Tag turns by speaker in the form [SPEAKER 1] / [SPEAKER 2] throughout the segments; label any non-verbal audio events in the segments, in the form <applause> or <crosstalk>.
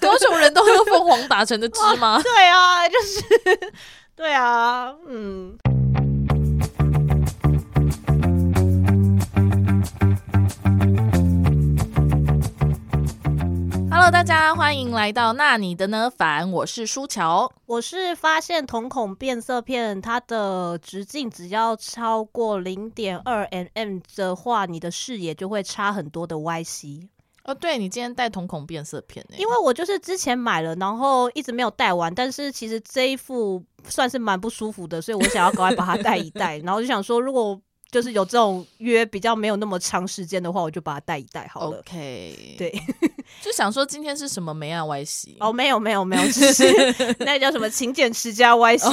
[SPEAKER 1] <laughs> 雄人都喝凤凰打成的汁
[SPEAKER 2] <laughs>
[SPEAKER 1] 吗？
[SPEAKER 2] 对啊，就是对啊，嗯。
[SPEAKER 1] Hello，大家欢迎来到那你的呢凡，我是舒乔。
[SPEAKER 2] 我是发现瞳孔变色片，它的直径只要超过零点二 mm 的话，你的视野就会差很多的 Y C。
[SPEAKER 1] 哦，对你今天带瞳孔变色片呢、
[SPEAKER 2] 因为我就是之前买了，然后一直没有戴完，但是其实这一副算是蛮不舒服的，所以我想要赶快把它戴一戴。 <laughs> 然后就想说，如果就是有这种约比较没有那么长时间的话，我就把它戴一戴好了。
[SPEAKER 1] OK，
[SPEAKER 2] 对，
[SPEAKER 1] 就想说今天是什么啊梅亚歪西 <laughs>
[SPEAKER 2] 哦，没有没有没有，只是那叫什么勤俭持家 Y C，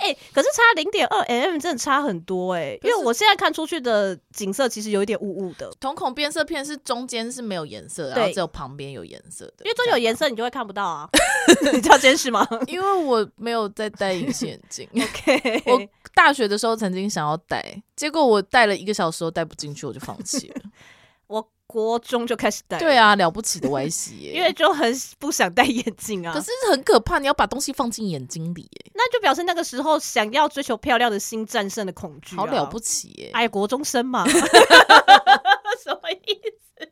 [SPEAKER 2] 哎、可是差零点二 mm 真的差很多哎、因为我现在看出去的景色其实有一点雾雾的，
[SPEAKER 1] 瞳孔变色片是中间是没有颜色的，然后
[SPEAKER 2] 对
[SPEAKER 1] 只有旁边有颜色的，
[SPEAKER 2] 因为中间有颜色你就会看不到啊， <laughs> 你知道这件事吗
[SPEAKER 1] 因为我没有在戴隐形眼镜。
[SPEAKER 2] <laughs> ？OK，
[SPEAKER 1] 我大学的时候曾经想要戴，结果我戴了一个小时都戴不进去，我就放弃
[SPEAKER 2] <laughs>
[SPEAKER 1] 了。
[SPEAKER 2] 我国中就开始戴，
[SPEAKER 1] 对，啊，了不起的歪西耶、
[SPEAKER 2] 哎因为就很不想戴眼镜啊，
[SPEAKER 1] 可是很可怕，你要把东西放进眼睛里耶、
[SPEAKER 2] 那就表示那个时候想要追求漂亮的心战胜了恐惧、啊，
[SPEAKER 1] 好了不起耶、
[SPEAKER 2] 哎，国中生 <laughs> 嘛，什么意思？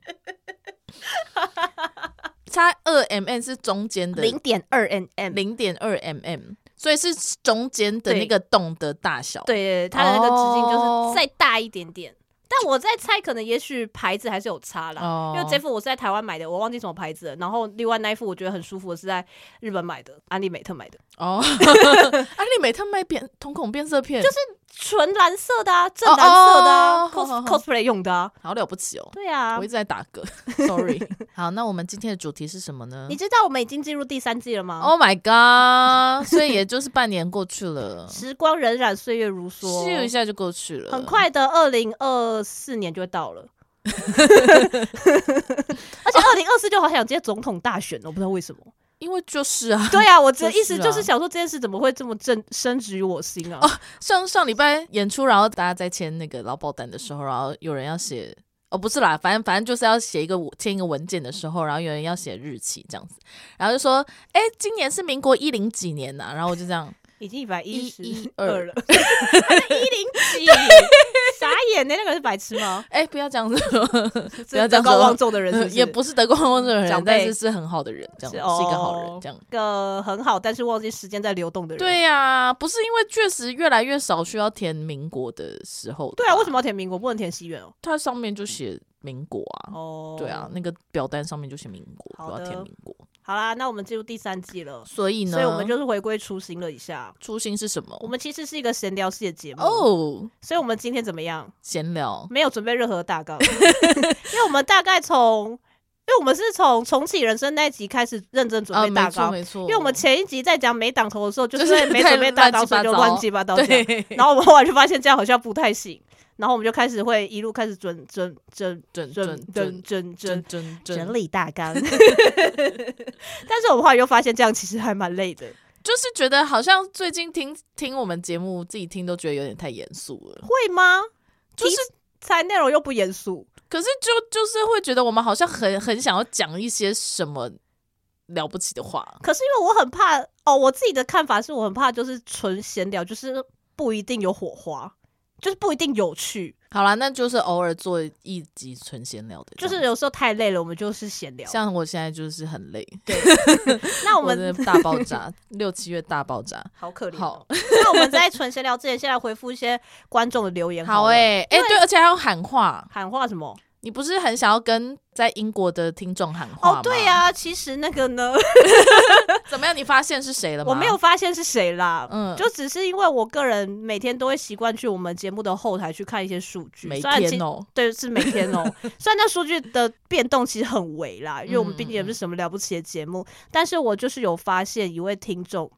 [SPEAKER 1] 差二 mm 是中间的
[SPEAKER 2] 零点二 mm，
[SPEAKER 1] 零点二 mm，所以是中间的那个洞的大小。，
[SPEAKER 2] 对，它的那个直径就
[SPEAKER 1] 哦
[SPEAKER 2] 是再大一点点。但我在猜，可能也许牌子还是有差啦。
[SPEAKER 1] 哦
[SPEAKER 2] 因为这副我是在台湾买的，我忘记什么牌子了。然后另外那一副我觉得很舒服，是在日本买的，安利美特买的， <laughs>
[SPEAKER 1] 哦，啊，你每趟卖变瞳孔变色片，就是
[SPEAKER 2] 纯蓝色的啊，正蓝色的啊、
[SPEAKER 1] 哦
[SPEAKER 2] c o s
[SPEAKER 1] 好好
[SPEAKER 2] cosplay 用的啊。
[SPEAKER 1] 好了不起哦。
[SPEAKER 2] 对啊
[SPEAKER 1] 我一，直在打
[SPEAKER 2] <laughs>
[SPEAKER 1] 嗝，sorry。好，那我们今天的主题是什么呢
[SPEAKER 2] 你知道我们已经进入第三季了吗？，
[SPEAKER 1] ？Oh my god！所以也就是半年过去了
[SPEAKER 2] <laughs> 时光荏苒，岁月如
[SPEAKER 1] 咻一
[SPEAKER 2] 梭，
[SPEAKER 1] 下就过去了，
[SPEAKER 2] 很。快的，二零二四年就会到了。而且二零二四就好想接总统大选哦，我不知道为什么。
[SPEAKER 1] 因为就是啊，
[SPEAKER 2] <laughs> 对啊，我这
[SPEAKER 1] 就是
[SPEAKER 2] 意思就是
[SPEAKER 1] 啊
[SPEAKER 2] 想说这件事怎么会这么正深植于我心啊？
[SPEAKER 1] 上上礼拜演出，然后大家在签那个劳保单的时候，然后有人要写。哦，不是啦，反正反正就是要写一个签一个文件的时候，然后有人要写日期这样子，然后就说，哎、今年是民国一零几年呐、然后我就这样，
[SPEAKER 2] 已经一百一十
[SPEAKER 1] 112
[SPEAKER 2] 了， <laughs> 一零几，傻眼欸呢、那个人是白痴 <laughs> 吗？
[SPEAKER 1] 哎、不要这样子，不要这
[SPEAKER 2] 德
[SPEAKER 1] 样
[SPEAKER 2] 高望
[SPEAKER 1] 说，
[SPEAKER 2] 重的人 <laughs> 是是
[SPEAKER 1] 也不是德高望重的人
[SPEAKER 2] 长，辈
[SPEAKER 1] 但是是很好的人，这样
[SPEAKER 2] 是
[SPEAKER 1] 是
[SPEAKER 2] 哦
[SPEAKER 1] 一个好人，这样。
[SPEAKER 2] 个很好，但是忘记时间在流动的人。
[SPEAKER 1] 对呀、不是因为确实越来越少需要填民国的时候的
[SPEAKER 2] 对啊，
[SPEAKER 1] 吧
[SPEAKER 2] 为什么要填民国不能填西元哦？
[SPEAKER 1] 它上面就写民国啊？
[SPEAKER 2] 哦
[SPEAKER 1] 对啊，，那个表单上面就写民国，
[SPEAKER 2] 好
[SPEAKER 1] 不要
[SPEAKER 2] 的
[SPEAKER 1] 填民国。
[SPEAKER 2] 好啦，那我们进入第三季了，
[SPEAKER 1] 所以呢，
[SPEAKER 2] 所以我们就是回归初心了一下。
[SPEAKER 1] 初心是什么？
[SPEAKER 2] 我们其实是一个闲聊系的节目，
[SPEAKER 1] 哦，
[SPEAKER 2] 所以我们今天怎么样？
[SPEAKER 1] 闲聊
[SPEAKER 2] 没有准备任何大纲， <laughs> 因为我们大概从，因为我们是从重启人生那一集开始认真准
[SPEAKER 1] 啊，
[SPEAKER 2] 备大
[SPEAKER 1] 没
[SPEAKER 2] 纲，
[SPEAKER 1] 错没错，
[SPEAKER 2] 因为我们前一集在讲没档头的时候，就
[SPEAKER 1] 就是是
[SPEAKER 2] 没准备大纲，
[SPEAKER 1] 太乱七八糟
[SPEAKER 2] 所以就乱七八糟讲。
[SPEAKER 1] 对 <laughs>
[SPEAKER 2] 然后我们后来就发现这样好像不太行，然后我们就开始会一路开始准准准
[SPEAKER 1] 准
[SPEAKER 2] 准
[SPEAKER 1] 准
[SPEAKER 2] 准
[SPEAKER 1] 准
[SPEAKER 2] 准准
[SPEAKER 1] 准准
[SPEAKER 2] 整
[SPEAKER 1] 准，
[SPEAKER 2] 理大纲。 <laughs> 但是我们后来又发现这样其实还蛮累的，
[SPEAKER 1] 就是觉得好像最近听听我们节目，自己听都觉得有点太严肃了。
[SPEAKER 2] 会吗？
[SPEAKER 1] 就是
[SPEAKER 2] 才内容又不严肃，
[SPEAKER 1] 可是就就是会觉得我们好像很很想要讲一些什么了不起的话，
[SPEAKER 2] 可是因为我很怕哦，我自己的看法是我很怕就是纯闲聊，就是不一定有火花，就是不一定有趣，
[SPEAKER 1] 好啦，那就是偶尔做一集纯闲聊的这
[SPEAKER 2] 就
[SPEAKER 1] 样子，
[SPEAKER 2] 是有时候太累了，我们就是闲聊。
[SPEAKER 1] 像我现在就是很累，
[SPEAKER 2] 那我
[SPEAKER 1] 我
[SPEAKER 2] 们
[SPEAKER 1] 的大爆炸， <laughs> 六七月大爆
[SPEAKER 2] <laughs>
[SPEAKER 1] 炸。
[SPEAKER 2] 好可怜、
[SPEAKER 1] 好
[SPEAKER 2] 哦。那我们在纯闲聊之前，先来回复一些观众的留言
[SPEAKER 1] 好欸
[SPEAKER 2] 哎、
[SPEAKER 1] 诶、诶、对，而且还要喊话，
[SPEAKER 2] 喊话什么？
[SPEAKER 1] 你不是很想要跟在英国的听众喊话吗？
[SPEAKER 2] 哦，对、呀、其实那个呢，
[SPEAKER 1] 怎么样？你发现是谁了吗？
[SPEAKER 2] 我没有，发现是谁啦。
[SPEAKER 1] 嗯，
[SPEAKER 2] 就只是因为我个人每天都会习惯去我们节目的后台去看一些数据，
[SPEAKER 1] 每
[SPEAKER 2] 虽然其
[SPEAKER 1] 天哦，
[SPEAKER 2] 对，是每天
[SPEAKER 1] <laughs>
[SPEAKER 2] 哦。虽然那数据的变动其实很微啦，因为我们毕竟也不
[SPEAKER 1] 嗯
[SPEAKER 2] 是什么了不起的节目，但是我就是有发现一位听众，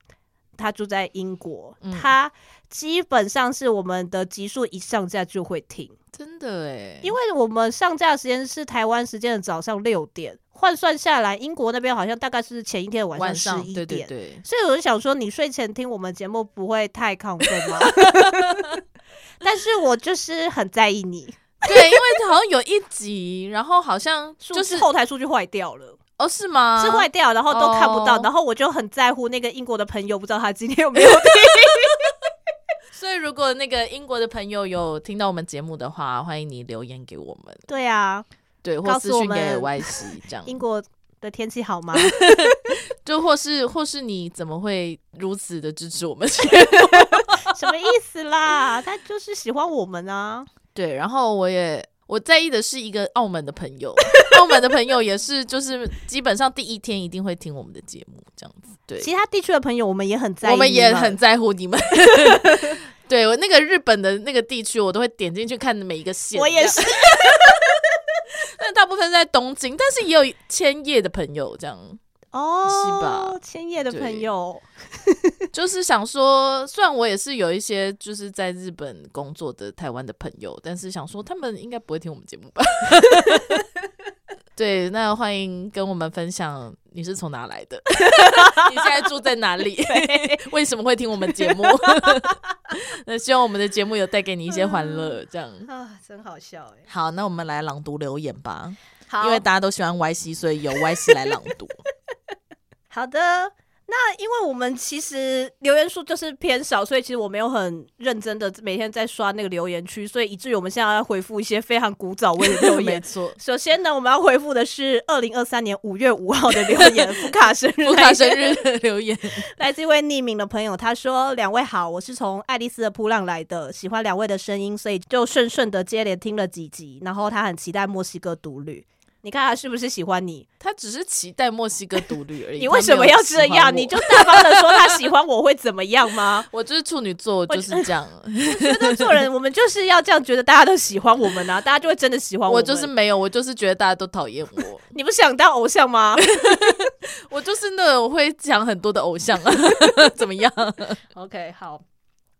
[SPEAKER 2] 他住在英国，
[SPEAKER 1] 嗯
[SPEAKER 2] 他基本上是我们的集数一上架就会听，
[SPEAKER 1] 真的哎，
[SPEAKER 2] 因
[SPEAKER 1] 为
[SPEAKER 2] 为我们上架的时间是台湾时间的早上六点，换算下来，英国那边好像大概是前一天晚
[SPEAKER 1] 晚
[SPEAKER 2] 上十一
[SPEAKER 1] 对
[SPEAKER 2] 点。
[SPEAKER 1] 对对， <laughs>
[SPEAKER 2] 所以我就想说，你睡前听我们节
[SPEAKER 1] <laughs>
[SPEAKER 2] 目 <laughs> 不会太亢奋吗？但是我就是很在意你，
[SPEAKER 1] 对，因为好像有一集，然后好像
[SPEAKER 2] 数
[SPEAKER 1] 就是
[SPEAKER 2] 后台数据坏掉了，
[SPEAKER 1] 哦，是吗？
[SPEAKER 2] 是坏掉，然后都看不到，
[SPEAKER 1] 哦
[SPEAKER 2] 然后我就很在乎那个英国的朋友，不知道他今天有没
[SPEAKER 1] <laughs>
[SPEAKER 2] 有听。
[SPEAKER 1] 所以如果那个英国的朋友有听到我们节目的话，欢迎你留言给我们，
[SPEAKER 2] 对啊，
[SPEAKER 1] 对，或
[SPEAKER 2] 告
[SPEAKER 1] 私
[SPEAKER 2] 诉我
[SPEAKER 1] 讯给
[SPEAKER 2] 们
[SPEAKER 1] Y 西这样，
[SPEAKER 2] 英国的天气好吗？
[SPEAKER 1] 就或是或是你怎么会如此的支持我
[SPEAKER 2] <laughs>
[SPEAKER 1] 们？
[SPEAKER 2] 什么意思啦？他就是喜欢我们啊。
[SPEAKER 1] 对，然后我也我在意的是一个澳门的朋友，澳门的朋友也是就是基本上第一天一定会听我们的节目这样子，对，
[SPEAKER 2] 其他地区的朋友，我们也很在意，
[SPEAKER 1] 我们也很。在乎
[SPEAKER 2] <laughs>
[SPEAKER 1] 你们。对我那个日本的那个地区，我都会点进去看每一个县。<laughs>
[SPEAKER 2] 我也是，
[SPEAKER 1] 这样。但大部分是在东京，但是也有千叶的朋友，这样是吧
[SPEAKER 2] 哦，千叶的朋友，
[SPEAKER 1] 就是想说，虽然我也是有一些就是在日本工作的台湾的朋友，但是想说他们应该不会听我们节目吧。 <laughs> 对，那欢迎跟我们分享你是从哪来的， <laughs> 你现在住在哪里， <laughs> 为什么会听我们节目？ <laughs> 那希望我们的节目有带给你一些欢乐，这样。
[SPEAKER 2] 啊，真好笑哎、
[SPEAKER 1] 嗯好，那我们来朗读留言吧，
[SPEAKER 2] 好，
[SPEAKER 1] 因为大家都喜欢 Y C，所以由 Y C 来朗读。
[SPEAKER 2] 好的，那因为我们其实留言数就是偏少，所以其实我没有很认真的每天在刷那个留言区，所以以至于我们现在要回复一些非常古早味的留
[SPEAKER 1] <laughs> 没
[SPEAKER 2] 言。
[SPEAKER 1] 错，
[SPEAKER 2] 首先呢，我们要回复的是二零二三年五月五号的留
[SPEAKER 1] <laughs>
[SPEAKER 2] 言，福卡生日，
[SPEAKER 1] 福卡生日的留言，
[SPEAKER 2] 来自一位匿名的朋友，他说：“两位好，我是从爱丽丝的扑浪来的，喜欢两位的声音，所以就顺顺的接连听了几集。然后他很期待墨西哥独旅，你看他是不是喜欢你？
[SPEAKER 1] 他只是期待墨西哥独立而已。
[SPEAKER 2] <laughs> 你为什么要
[SPEAKER 1] 他
[SPEAKER 2] 这样？
[SPEAKER 1] 没
[SPEAKER 2] 你
[SPEAKER 1] 有喜欢我？
[SPEAKER 2] 就大方的说他喜欢我会怎么样吗
[SPEAKER 1] <laughs> 我就是处女座，我就是这
[SPEAKER 2] <laughs>
[SPEAKER 1] 样。
[SPEAKER 2] 觉得做人我们就是要这样，觉得大家都喜欢我们啊，大家就会真的喜欢
[SPEAKER 1] 我
[SPEAKER 2] 们。
[SPEAKER 1] 就是没有，我就是觉得大家都讨厌
[SPEAKER 2] <laughs>
[SPEAKER 1] 我，
[SPEAKER 2] 你不想当偶像吗？
[SPEAKER 1] 我就是那种会讲很多的偶
[SPEAKER 2] <laughs>
[SPEAKER 1] 像啊，怎么样？
[SPEAKER 2] OK，好，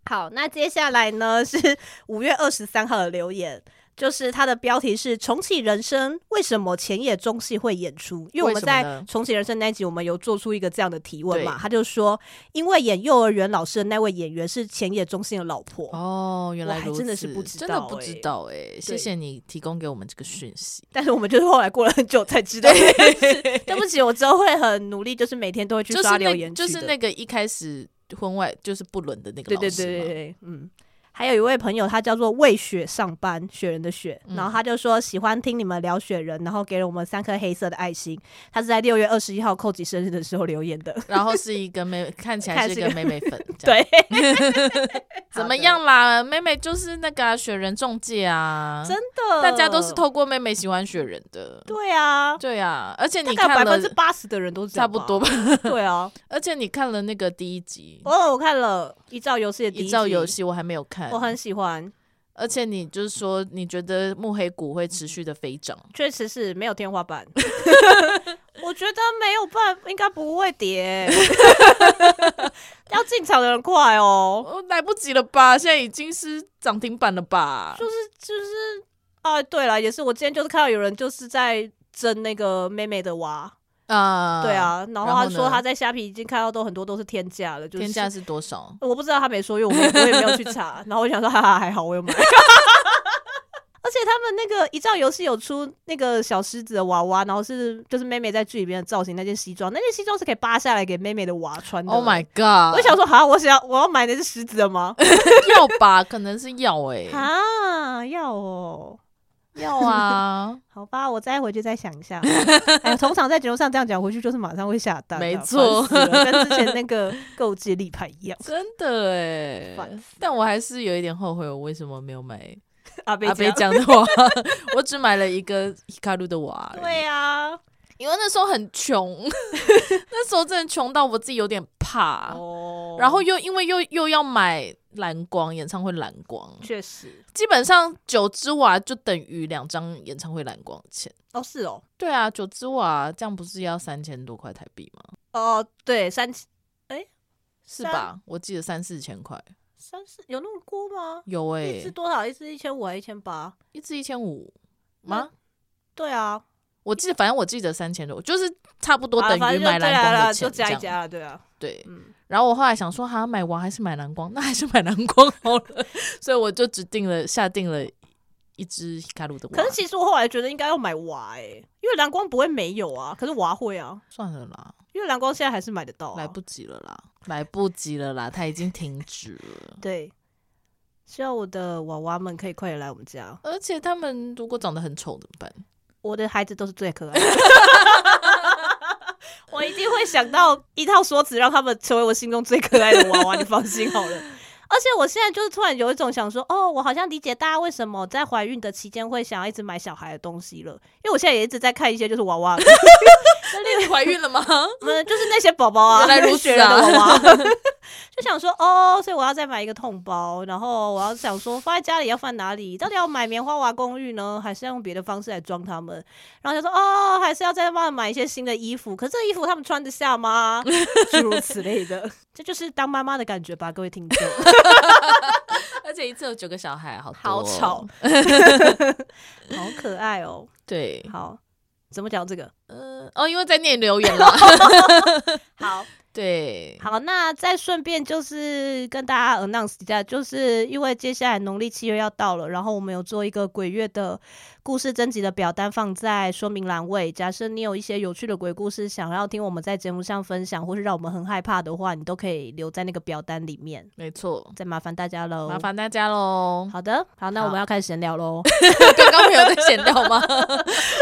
[SPEAKER 2] 好，那接下来呢是 <laughs> 五月二十三号的留言，就是它的标题是“重启人生”，为什么前野中戏会演出？因为我
[SPEAKER 1] 为
[SPEAKER 2] 们
[SPEAKER 1] 什么
[SPEAKER 2] 在
[SPEAKER 1] 呢
[SPEAKER 2] 《重启人生》那一集，我们有做出一个这样的提问嘛
[SPEAKER 1] 对，
[SPEAKER 2] 他就说，因为演幼儿园老师的那位演员是前野中信的老婆。
[SPEAKER 1] 哦，原来
[SPEAKER 2] 我还
[SPEAKER 1] 如此，
[SPEAKER 2] 真的是不知道
[SPEAKER 1] 真的不知
[SPEAKER 2] 欸
[SPEAKER 1] 道哎，谢谢你提供给我们这个讯息。
[SPEAKER 2] 但是我们就是后来过了很久才知道这件事。对不起，我之后会很努力，就是每天都会去
[SPEAKER 1] 就是
[SPEAKER 2] 刷
[SPEAKER 1] 那
[SPEAKER 2] 留言区
[SPEAKER 1] 就
[SPEAKER 2] 的。
[SPEAKER 1] 是那个一开始婚外就是不伦的那个
[SPEAKER 2] 对
[SPEAKER 1] 老
[SPEAKER 2] 对
[SPEAKER 1] 师
[SPEAKER 2] 对对
[SPEAKER 1] 嘛
[SPEAKER 2] 对，嗯。还有一位朋友，他叫做为雪上班，雪人的雪，
[SPEAKER 1] 嗯
[SPEAKER 2] 然后他就说喜欢听你们聊雪人，然后给了我们三颗黑色的爱心。他是在六月二十一号扣几生日的时候留言
[SPEAKER 1] <laughs>
[SPEAKER 2] 的。
[SPEAKER 1] 然后是一个妹， <laughs> 看起来
[SPEAKER 2] 看
[SPEAKER 1] 是一
[SPEAKER 2] 是
[SPEAKER 1] 个
[SPEAKER 2] 个
[SPEAKER 1] 妹妹粉，这样
[SPEAKER 2] 对，
[SPEAKER 1] <laughs>
[SPEAKER 2] <laughs>
[SPEAKER 1] 怎么样啦？妹妹就是那个啊雪人中介啊，
[SPEAKER 2] 真的，
[SPEAKER 1] 大家都
[SPEAKER 2] 嗯
[SPEAKER 1] 是透过妹妹喜欢雪人的，
[SPEAKER 2] <laughs> 对啊，
[SPEAKER 1] 对啊，而且你
[SPEAKER 2] 大概
[SPEAKER 1] 看
[SPEAKER 2] 百分之
[SPEAKER 1] 了
[SPEAKER 2] 八十的人都是这
[SPEAKER 1] 差
[SPEAKER 2] 样
[SPEAKER 1] 不
[SPEAKER 2] 吧
[SPEAKER 1] 多。吧，
[SPEAKER 2] 对啊，
[SPEAKER 1] 而且你看了那个第一集《
[SPEAKER 2] 哦，我看了《一兆游戏》的第
[SPEAKER 1] 一
[SPEAKER 2] 集
[SPEAKER 1] 兆游，戏》，我还没有看，
[SPEAKER 2] 我很喜欢，
[SPEAKER 1] 而且你就是说你觉得木黑谷会持续的飞涨，
[SPEAKER 2] 确实是没有天
[SPEAKER 1] <laughs>
[SPEAKER 2] 花板。我觉得没有办，应该不会
[SPEAKER 1] <laughs>
[SPEAKER 2] 跌。要进场的人快哦，
[SPEAKER 1] 哦，来不及了吧？现在已经是涨停板了吧？
[SPEAKER 2] 就是就是啊，对了，也是我今天就是看到有人就是在争那个妹妹的娃，
[SPEAKER 1] 啊，
[SPEAKER 2] 对，啊，然后
[SPEAKER 1] 然后
[SPEAKER 2] 他
[SPEAKER 1] 呢
[SPEAKER 2] 说他在虾皮已经看到都很多都是天价了，就是呃
[SPEAKER 1] 天价是多少？
[SPEAKER 2] 我不知道他没说，因为
[SPEAKER 1] <laughs>
[SPEAKER 2] 我没有我也没有去查，然后我想说哈哈还好我有买。 <laughs> 而且他们那个一兆游戏有出那个小狮子的娃娃，然后是就是妹妹在剧里面的造型那件西装，那件西装是可以扒下来给妹妹的娃穿的。
[SPEAKER 1] Oh my god！
[SPEAKER 2] 我想说，好，我想要我要买那只狮子的吗？
[SPEAKER 1] 要吧，可能是要哎、
[SPEAKER 2] 啊，要哦。
[SPEAKER 1] 要
[SPEAKER 2] <laughs>
[SPEAKER 1] 啊，
[SPEAKER 2] 好吧，我再回去再想
[SPEAKER 1] <laughs>
[SPEAKER 2] 一下。哎，通常在节目上这样讲，回去就是马上会下单啊，
[SPEAKER 1] 没错。
[SPEAKER 2] 烦死了跟之前那个购置立牌一样
[SPEAKER 1] 真的哎、
[SPEAKER 2] 烦死
[SPEAKER 1] 但我还是有一点后悔，我为什么没有买
[SPEAKER 2] <laughs> 阿贝
[SPEAKER 1] 阿贝
[SPEAKER 2] 讲，
[SPEAKER 1] 酱的娃，我只买了一个 Hikaru 的娃。
[SPEAKER 2] 对，啊，
[SPEAKER 1] 因为那时候很
[SPEAKER 2] <laughs>
[SPEAKER 1] 穷，那时候真的穷到我自己有点怕，
[SPEAKER 2] 哦
[SPEAKER 1] 然后又因为又又要买蓝光演唱会蓝光，
[SPEAKER 2] 确实，
[SPEAKER 1] 基本上九只娃就等于两张演唱会蓝光的钱。
[SPEAKER 2] 哦是哦，
[SPEAKER 1] 对啊，九只娃这样不是要三千多块台币吗？
[SPEAKER 2] 哦对，三七
[SPEAKER 1] 是
[SPEAKER 2] 三
[SPEAKER 1] 吧？我记得三四千块。
[SPEAKER 2] 三四有那么多吗？
[SPEAKER 1] 有哎、
[SPEAKER 2] 一只多少？一只一千五还一千八？
[SPEAKER 1] 一只一千五吗？
[SPEAKER 2] 对啊，
[SPEAKER 1] 我记得，反正我记得三千多，就是差不多
[SPEAKER 2] 啊
[SPEAKER 1] 等
[SPEAKER 2] 反
[SPEAKER 1] 于
[SPEAKER 2] 正就
[SPEAKER 1] 买
[SPEAKER 2] 对啊
[SPEAKER 1] 蓝光的
[SPEAKER 2] 就
[SPEAKER 1] 钱这
[SPEAKER 2] 加一
[SPEAKER 1] 样。
[SPEAKER 2] 加啊，对啊，
[SPEAKER 1] 对，
[SPEAKER 2] 嗯，
[SPEAKER 1] 然后我后来想说，哈，买 <laughs> 娃还是买蓝光，那还是买蓝光好了，所以我就只定了下定了一只皮卡鲁的娃。
[SPEAKER 2] 可是其实我后来觉得应该要买娃哎、因为蓝光不会没有啊，可是娃会啊，
[SPEAKER 1] 算了啦，
[SPEAKER 2] 因为蓝光现在还是买得到、啊。
[SPEAKER 1] 来不及了啦，来不及了啦，它已经停止了。
[SPEAKER 2] 对，希望我的娃娃们可以快点来我们家。
[SPEAKER 1] 而且他们如果长得很丑怎么办？
[SPEAKER 2] 我的孩子都是最可爱的。 <laughs> 我一定会想到一套说辞，让他们成为我心中最可爱的娃娃。你放心好了。而且我现在就是突然有一种想说，哦，我好像理解大家为什么在怀孕的期间会想要一直买小孩的东西了，因为我现在也一直在看一些就是娃娃的，
[SPEAKER 1] 你怀孕了吗？
[SPEAKER 2] 嗯，就是那些宝宝啊，
[SPEAKER 1] 原来如此
[SPEAKER 2] 雪人
[SPEAKER 1] 啊
[SPEAKER 2] 的娃娃， <laughs> 就想说，哦，所以我要再买一个痛包，然后我要想说放在家里要放哪里？到底要买棉花娃公寓呢，还是要用别的方式来装他们？然后就说，哦，还是要再帮他们买一些新的衣服，可是这个衣服他们穿得下吗？ <laughs> 诸如此类的，这就是当妈妈的感觉吧，各位听众。
[SPEAKER 1] <laughs> 而且一次有九个小 <laughs> 孩，好多
[SPEAKER 2] 好
[SPEAKER 1] 哦
[SPEAKER 2] 吵。， <laughs> 好可爱哦。
[SPEAKER 1] 对，
[SPEAKER 2] 好，怎么讲这个？
[SPEAKER 1] 嗯、哦，因为在念留
[SPEAKER 2] <laughs>
[SPEAKER 1] 言了。
[SPEAKER 2] 好
[SPEAKER 1] 对，
[SPEAKER 2] 好，那再顺便就是跟大家 announce 一下，就是因为接下来农历七月要到了，然后我们有做一个鬼月的故事征集的表单放在说明栏位。假设你有一些有趣的鬼故事想要听我们在节目上分享，或是让我们很害怕的话，你都可以留在那个表单里面。
[SPEAKER 1] 没错，
[SPEAKER 2] 再麻烦大家喽，
[SPEAKER 1] 麻。烦大家喽。
[SPEAKER 2] 好的，好，那我
[SPEAKER 1] 好
[SPEAKER 2] 们要开始闲聊喽。
[SPEAKER 1] 刚刚没有在闲聊吗？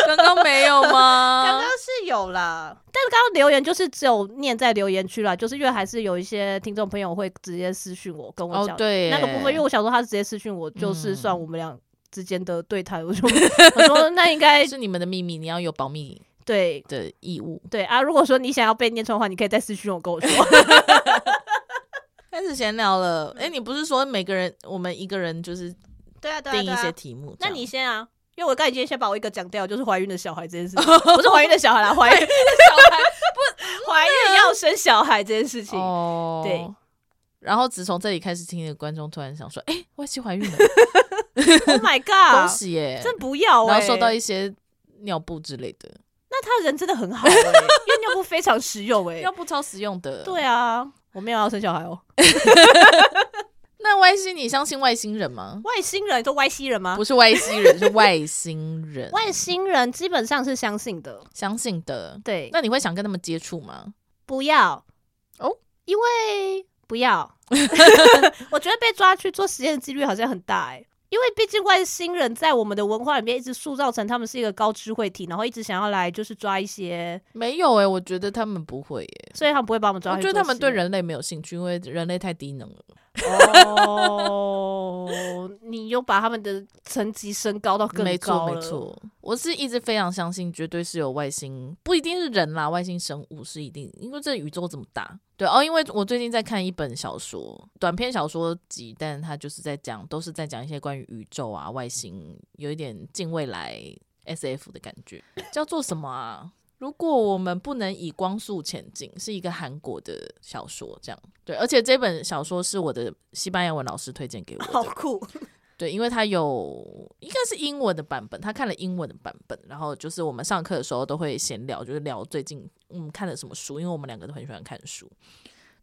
[SPEAKER 1] 刚刚没有
[SPEAKER 2] <laughs> 刚
[SPEAKER 1] 吗
[SPEAKER 2] 刚？是有啦，但是刚刚留言就是只有念在留言区啦，就是因为还是有一些听众朋友会直接私讯我跟我
[SPEAKER 1] 哦
[SPEAKER 2] 讲、，
[SPEAKER 1] 对耶，
[SPEAKER 2] 那个部分，因为我想说他是直接私讯我，就是
[SPEAKER 1] 嗯
[SPEAKER 2] 算我们俩之间的对谈，我就我说那应该
[SPEAKER 1] 是你们的秘密，你要有保密
[SPEAKER 2] 对
[SPEAKER 1] 的义务。
[SPEAKER 2] 对啊，如果说你想要被念错的话，你可以再私讯我跟我说。
[SPEAKER 1] 开始闲聊了，哎、你不是说每个人我们一个人就是
[SPEAKER 2] <laughs> 对啊，对
[SPEAKER 1] 定一些题目这
[SPEAKER 2] 那
[SPEAKER 1] 样？
[SPEAKER 2] 你先啊。因为我刚才已经先把我一个讲掉，就是怀孕的小孩这件事情，不是怀孕的小 <laughs> 孩啦，哦怀孕 <laughs> 怀孕要生小孩这件事情。
[SPEAKER 1] 哦，
[SPEAKER 2] 对。
[SPEAKER 1] 然后只从这里开始听的观众突然想说：“哎、外妻怀孕
[SPEAKER 2] <laughs>
[SPEAKER 1] 了，
[SPEAKER 2] Oh my god！
[SPEAKER 1] 恭喜耶、
[SPEAKER 2] 真不要、欸，
[SPEAKER 1] 然后受到一些尿布之类的，
[SPEAKER 2] 那他人真的很好、欸，因为尿布非常实用 <laughs> 哎、
[SPEAKER 1] 尿布超实用的。
[SPEAKER 2] 对，啊，我没有要生小孩哦。
[SPEAKER 1] 那外星，你相信外星人吗？
[SPEAKER 2] 外星人，你说外星人吗
[SPEAKER 1] 不？是外星人，是 <laughs> 外星人。
[SPEAKER 2] 外星人基本上是相信的，
[SPEAKER 1] 相信的。
[SPEAKER 2] 对，
[SPEAKER 1] 那你会想跟他们接触吗？
[SPEAKER 2] 不要
[SPEAKER 1] 哦，
[SPEAKER 2] 因为不 <laughs> 要，我觉得被抓去做实验的几率好像很大哎、因为毕竟外星人在我们的文化里面一直塑造成他们是一个高智慧体，然后一直想要来就是抓一些，
[SPEAKER 1] 没有欸诶、我觉得他们不会诶、
[SPEAKER 2] 所以他们不会把我们抓
[SPEAKER 1] 我
[SPEAKER 2] 去
[SPEAKER 1] 觉
[SPEAKER 2] 做
[SPEAKER 1] 得
[SPEAKER 2] 实验。
[SPEAKER 1] 他们对人类没有兴趣，因为人类太低能了。
[SPEAKER 2] 哦， <laughs> 你又把他们的层级升高到更
[SPEAKER 1] 没
[SPEAKER 2] 高
[SPEAKER 1] 错，
[SPEAKER 2] 了
[SPEAKER 1] 没错，我是一直非常相信，绝对是有外星，不一定是人啦，外星生物是一定，因为这宇宙这么大。对哦，因为我最近在看一本小说，短篇小说集，但它就是在讲，都是在讲一些关于宇宙啊、外星，有一点近未来 S F 的感觉，叫做什么啊？如果我们不能以光速前进，是一个韩国的小说，这样对，而且这本小说是我的西班牙文老师推荐给我的，
[SPEAKER 2] 好 <laughs> 酷！
[SPEAKER 1] 对，因为他有应该是英文的版本，他看了英文的版本，然后就是我们上课的时候都会闲聊，就是聊最近我们看了什么书，因为我们两个都很喜欢看书，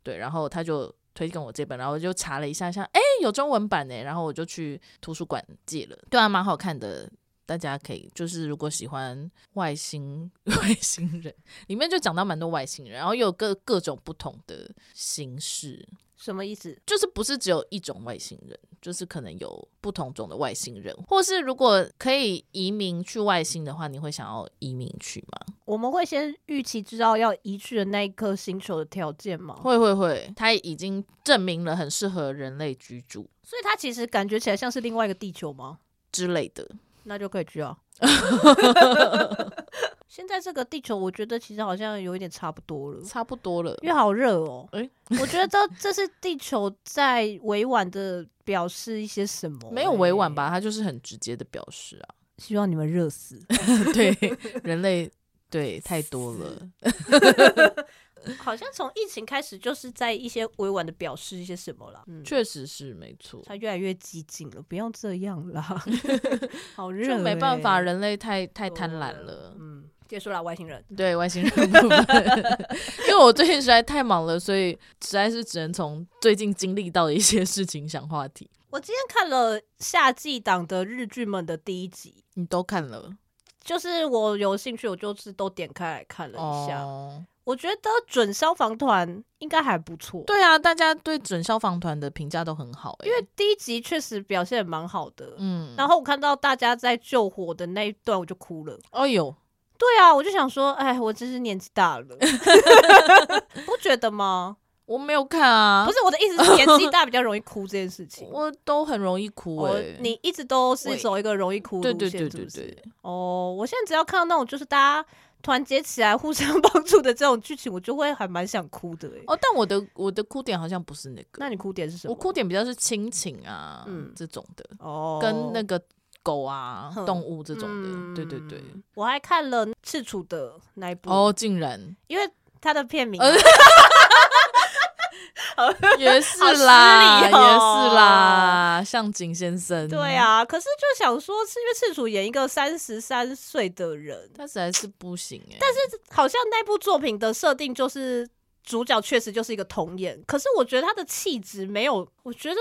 [SPEAKER 1] 对，然后他就推荐我这本，然后我就查了一下，像哎有中文版呢，然后我就去图书馆借了，对啊，蛮好看的。大家可以就是，如果喜欢外星 <laughs> 外星人，里面就讲到蛮多外星人，然后有各各种不同的形式，
[SPEAKER 2] 什么意思？
[SPEAKER 1] 就是不是只有一种外星人，就是可能有不同种的外星人，或是如果可以移民去外星的话，你会想要移民去吗？
[SPEAKER 2] 我们会先预期知道要移去的那一颗星球的条件吗？
[SPEAKER 1] 会会会，它已经证明了很适合人类居住
[SPEAKER 2] 所以它其实感觉起来像是另外一个地球吗？
[SPEAKER 1] 之类的。
[SPEAKER 2] 那就可以去啊。 <laughs> 现在这个地球，我觉得其实好像有一点差不多了，
[SPEAKER 1] 差不多了，
[SPEAKER 2] 因为好热哦。
[SPEAKER 1] 诶
[SPEAKER 2] 我觉得这是地球在委婉的表示一些什么、欸
[SPEAKER 1] 没有委婉？吧，它就是很直接的表示 <laughs> 啊。
[SPEAKER 2] 希望你们热死。
[SPEAKER 1] 对，人类对太多了，
[SPEAKER 2] <laughs> 好像从疫情开始，就是在一些委婉的表示一些什么了。嗯，
[SPEAKER 1] 确实是没错，
[SPEAKER 2] 他越来越激进了，不要这样 <laughs> 啦，好热、
[SPEAKER 1] 就没办法，
[SPEAKER 2] 欸
[SPEAKER 1] 人类太太贪婪了。
[SPEAKER 2] 嗯，结束了，外星人。
[SPEAKER 1] 对外星人部分， <laughs> 因为我最近实在太忙了，所以实在是只能从最近经历到的一些事情想话题。
[SPEAKER 2] 我今天看了夏季档的日剧们的第一集，
[SPEAKER 1] 你都看了
[SPEAKER 2] 就是我有兴趣，我就是都点开来看了一下。
[SPEAKER 1] 哦？
[SPEAKER 2] 我觉得准消防团应该还不错，
[SPEAKER 1] 对啊，大家对准消防团的评价都很好、欸，
[SPEAKER 2] 因为第一集确实表现得蛮好的。
[SPEAKER 1] 嗯，
[SPEAKER 2] 然后我看到大家在救火的那一段，我就哭了。
[SPEAKER 1] 哦呦，
[SPEAKER 2] 对啊，我就想说，哎，我真是年纪
[SPEAKER 1] <laughs>
[SPEAKER 2] 大了，不觉得吗？
[SPEAKER 1] 我没有看啊，
[SPEAKER 2] 不是我的意思是，年纪大比较容易哭这件事
[SPEAKER 1] <laughs>
[SPEAKER 2] 情。
[SPEAKER 1] 我都很容易哭哎、
[SPEAKER 2] 我
[SPEAKER 1] 欸
[SPEAKER 2] 你一直都是
[SPEAKER 1] 我
[SPEAKER 2] 走一个容易哭
[SPEAKER 1] 对
[SPEAKER 2] 路
[SPEAKER 1] 对
[SPEAKER 2] 线，
[SPEAKER 1] 对
[SPEAKER 2] 是
[SPEAKER 1] 对
[SPEAKER 2] 不是？
[SPEAKER 1] 对，
[SPEAKER 2] 哦，我现在只要看到那种就是大家团结起来互相 <laughs> 帮助的这种剧情，我就会还蛮想哭的、欸。
[SPEAKER 1] 哦，但我的我的哭点好像不是那个，
[SPEAKER 2] 那你哭点是什么？
[SPEAKER 1] 我哭点比较是亲情啊，
[SPEAKER 2] 嗯
[SPEAKER 1] 这种的，
[SPEAKER 2] 哦，
[SPEAKER 1] 跟那个狗啊、
[SPEAKER 2] 哼
[SPEAKER 1] 动物这种的，对对对。
[SPEAKER 2] 嗯，我还看了赤楚的那一部，
[SPEAKER 1] 哦，竟然
[SPEAKER 2] 因为他的片名、
[SPEAKER 1] 呃 <laughs> 也是啦，
[SPEAKER 2] 好失
[SPEAKER 1] 也
[SPEAKER 2] 礼哦
[SPEAKER 1] 是啦，向井先生，
[SPEAKER 2] 对，啊，可是就想说，是因为赤楚演一个三十三岁的人，
[SPEAKER 1] 他实在是不行哎、但是
[SPEAKER 2] 好像那部作品的设定就是主角确实就是一个童颜，可是我觉得他的气质没有，我觉得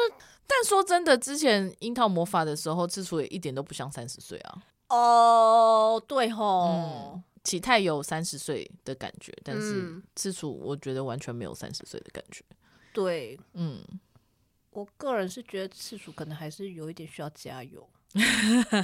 [SPEAKER 1] 但说真的，之前樱桃魔法的时候，赤楚也一点都不像三十岁啊，
[SPEAKER 2] 哦，对吼，
[SPEAKER 1] 嗯，启太有三十岁的感觉，但是
[SPEAKER 2] 嗯
[SPEAKER 1] 赤楚我觉得完全没有三十岁的感觉，
[SPEAKER 2] 对
[SPEAKER 1] 嗯，
[SPEAKER 2] 我个人是觉得赤楚可能还是有一点需要
[SPEAKER 1] <laughs>
[SPEAKER 2] 加油。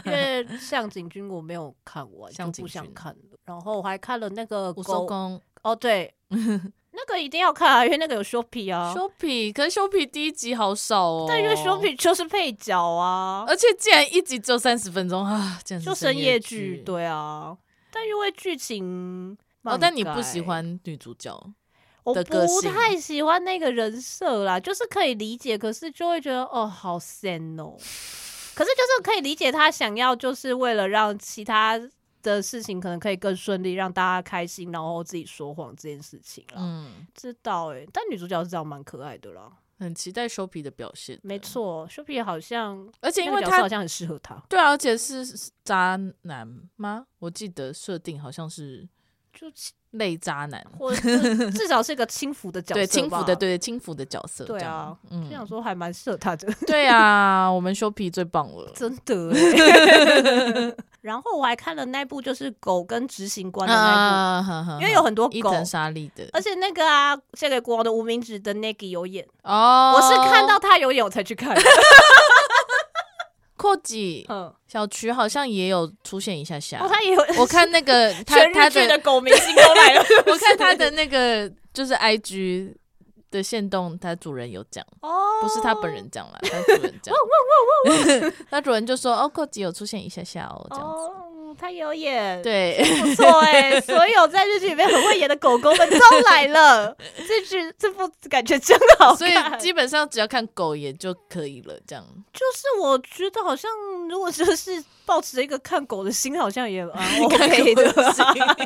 [SPEAKER 2] 因为向井君我没有看完，就
[SPEAKER 1] 向井
[SPEAKER 2] 不想
[SPEAKER 1] 君
[SPEAKER 2] 看了。然后我还看了那个
[SPEAKER 1] 我收
[SPEAKER 2] 狗
[SPEAKER 1] 工。<laughs>
[SPEAKER 2] 哦，对，那个一定要看啊，因为那个有 s h o p 啊。
[SPEAKER 1] 修皮，可是修皮第一集好少哦。
[SPEAKER 2] 但因为 s h o p 就是配角啊，
[SPEAKER 1] 而且竟然一集只有三十分钟啊，简直
[SPEAKER 2] 就是深夜
[SPEAKER 1] 夜
[SPEAKER 2] 剧，。对啊。但因为剧情
[SPEAKER 1] 哦，
[SPEAKER 2] 漫
[SPEAKER 1] 但你不
[SPEAKER 2] 改
[SPEAKER 1] 喜，欢女主角，
[SPEAKER 2] 我
[SPEAKER 1] 的个
[SPEAKER 2] 不
[SPEAKER 1] 性
[SPEAKER 2] 太喜欢那个人设啦，就是可以理解，可是就会觉得哦，好 sad 哦。可是就是可以理解他想要，就是为了让其他的事情可能可以更顺利，让大家开心，然后自己说谎这件事情啦。
[SPEAKER 1] 嗯，
[SPEAKER 2] 知道哎、但女主角是这样蛮可爱的啦，
[SPEAKER 1] 很期待修皮的表现。
[SPEAKER 2] 没错 s h o p 好像
[SPEAKER 1] 而且因
[SPEAKER 2] 那
[SPEAKER 1] 为
[SPEAKER 2] 个角色
[SPEAKER 1] 他
[SPEAKER 2] 好像很适合他，
[SPEAKER 1] 对啊，而且是渣男吗？我记得设定好像是
[SPEAKER 2] 就
[SPEAKER 1] 类渣男，
[SPEAKER 2] 或者 <laughs> 是至少是个轻浮的角色吧，
[SPEAKER 1] 对轻浮的，对轻浮的角色。
[SPEAKER 2] 对啊
[SPEAKER 1] 这样，
[SPEAKER 2] 就想
[SPEAKER 1] 嗯，
[SPEAKER 2] 说还蛮适合他的，
[SPEAKER 1] 对啊， <laughs> 我们修皮最棒了。
[SPEAKER 2] 真
[SPEAKER 1] <laughs>
[SPEAKER 2] 的欸。 <laughs> 然后我还看了那部就是狗跟执行官的那
[SPEAKER 1] 啊，哈哈
[SPEAKER 2] 一部，因为有很多
[SPEAKER 1] 伊
[SPEAKER 2] 狗，
[SPEAKER 1] 藤沙莉的
[SPEAKER 2] 而且那个啊，献给国王的无名指的 Nagi 有演，
[SPEAKER 1] 哦，
[SPEAKER 2] 我是看到他有演我才去
[SPEAKER 1] <laughs>
[SPEAKER 2] 看的。
[SPEAKER 1] 阔吉
[SPEAKER 2] 嗯，哦，
[SPEAKER 1] 小曲好像也有出现一下下。
[SPEAKER 2] 他也有，
[SPEAKER 1] 我看那个
[SPEAKER 2] <laughs>
[SPEAKER 1] 他
[SPEAKER 2] 全
[SPEAKER 1] 他
[SPEAKER 2] 日剧的
[SPEAKER 1] 的，
[SPEAKER 2] 狗明星都来了。
[SPEAKER 1] <laughs> 我看他的那个就是 I G 的线动，他主人有讲，
[SPEAKER 2] <laughs> 哦，
[SPEAKER 1] 不是他本人讲啦，他主人讲， <laughs> 他主人就说哦，寇吉有出现一下下哦，这样子，
[SPEAKER 2] 哦，他有演，。
[SPEAKER 1] 对，
[SPEAKER 2] 不错
[SPEAKER 1] <laughs>
[SPEAKER 2] 哎、所有在日剧里面很会演的狗狗们都来了，这剧这部感觉真 <laughs> 好看。
[SPEAKER 1] 所以基本上只要看狗也就可以了，
[SPEAKER 2] <laughs>
[SPEAKER 1] 这样。
[SPEAKER 2] 就是我觉得好像如果就是 <laughs> 抱持着一个看狗的心，好像也蛮 <laughs>
[SPEAKER 1] 看
[SPEAKER 2] OK
[SPEAKER 1] 狗
[SPEAKER 2] 的
[SPEAKER 1] 不
[SPEAKER 2] 啊，
[SPEAKER 1] 行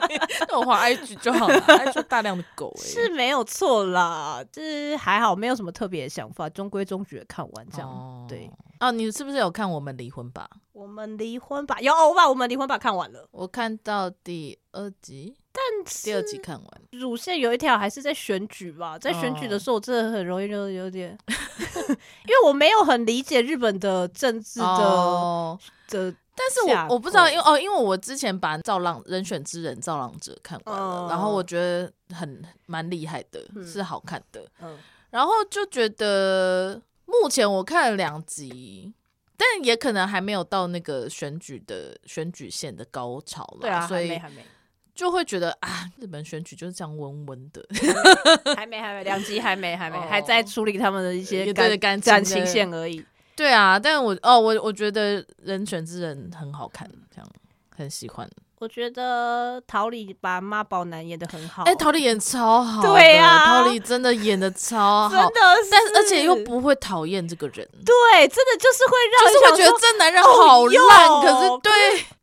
[SPEAKER 1] <laughs> 那我画 I G 就好了，I G 大量的狗哎，
[SPEAKER 2] <laughs> 是没有错啦，就是还好没有什么特别的想法，中规中矩的看完这样。
[SPEAKER 1] 哦
[SPEAKER 2] 对，
[SPEAKER 1] 哦，你是不是有看我们离婚吧？
[SPEAKER 2] 我们离婚吧，有哦，我把我们离婚吧看完了，
[SPEAKER 1] 我看到第二集，
[SPEAKER 2] 但
[SPEAKER 1] 第二
[SPEAKER 2] 是
[SPEAKER 1] 集看完。
[SPEAKER 2] 乳腺有一条还是在选举吧，在选举的时候，我真的很容易就有点， <laughs> 因为我没有很理解日本的政治的、
[SPEAKER 1] 哦
[SPEAKER 2] 的
[SPEAKER 1] 但是
[SPEAKER 2] 架
[SPEAKER 1] 我我不知道，
[SPEAKER 2] 构
[SPEAKER 1] 因为哦，因为我之前把《造浪人选之人》《造浪者》看完了，
[SPEAKER 2] 嗯
[SPEAKER 1] 然后我觉得很蛮厉害的，
[SPEAKER 2] 嗯
[SPEAKER 1] 是好看的。
[SPEAKER 2] 嗯
[SPEAKER 1] 然后就觉得目前我看了两集，但也可能还没有到那个选举的选举线的高潮了，
[SPEAKER 2] 对啊，
[SPEAKER 1] 所
[SPEAKER 2] 还没
[SPEAKER 1] 以
[SPEAKER 2] 还没
[SPEAKER 1] 就会觉得啊，日本选举就是这样温温的，
[SPEAKER 2] <laughs>
[SPEAKER 1] <laughs>
[SPEAKER 2] 还没还没两集还没 <laughs> 还没、
[SPEAKER 1] 哦
[SPEAKER 2] 还在处理他们的一些
[SPEAKER 1] 也
[SPEAKER 2] 感
[SPEAKER 1] 对感
[SPEAKER 2] 感
[SPEAKER 1] 情
[SPEAKER 2] 情
[SPEAKER 1] 的
[SPEAKER 2] 线而已。
[SPEAKER 1] 对啊。但我哦，我我觉得《人选之人》很好看，这样很喜欢。
[SPEAKER 2] 我觉得桃李把妈宝男演的很好，
[SPEAKER 1] 哎、桃李演超好的，
[SPEAKER 2] 对啊
[SPEAKER 1] 桃李真的演的超好
[SPEAKER 2] <laughs> 真，的是，
[SPEAKER 1] 但是而且又不会讨厌这个人，就
[SPEAKER 2] 对，真的就是会让
[SPEAKER 1] 是会
[SPEAKER 2] 人
[SPEAKER 1] 觉
[SPEAKER 2] 想
[SPEAKER 1] 得
[SPEAKER 2] 说
[SPEAKER 1] 这男人好烂，
[SPEAKER 2] 哦
[SPEAKER 1] 可是
[SPEAKER 2] 哟
[SPEAKER 1] 对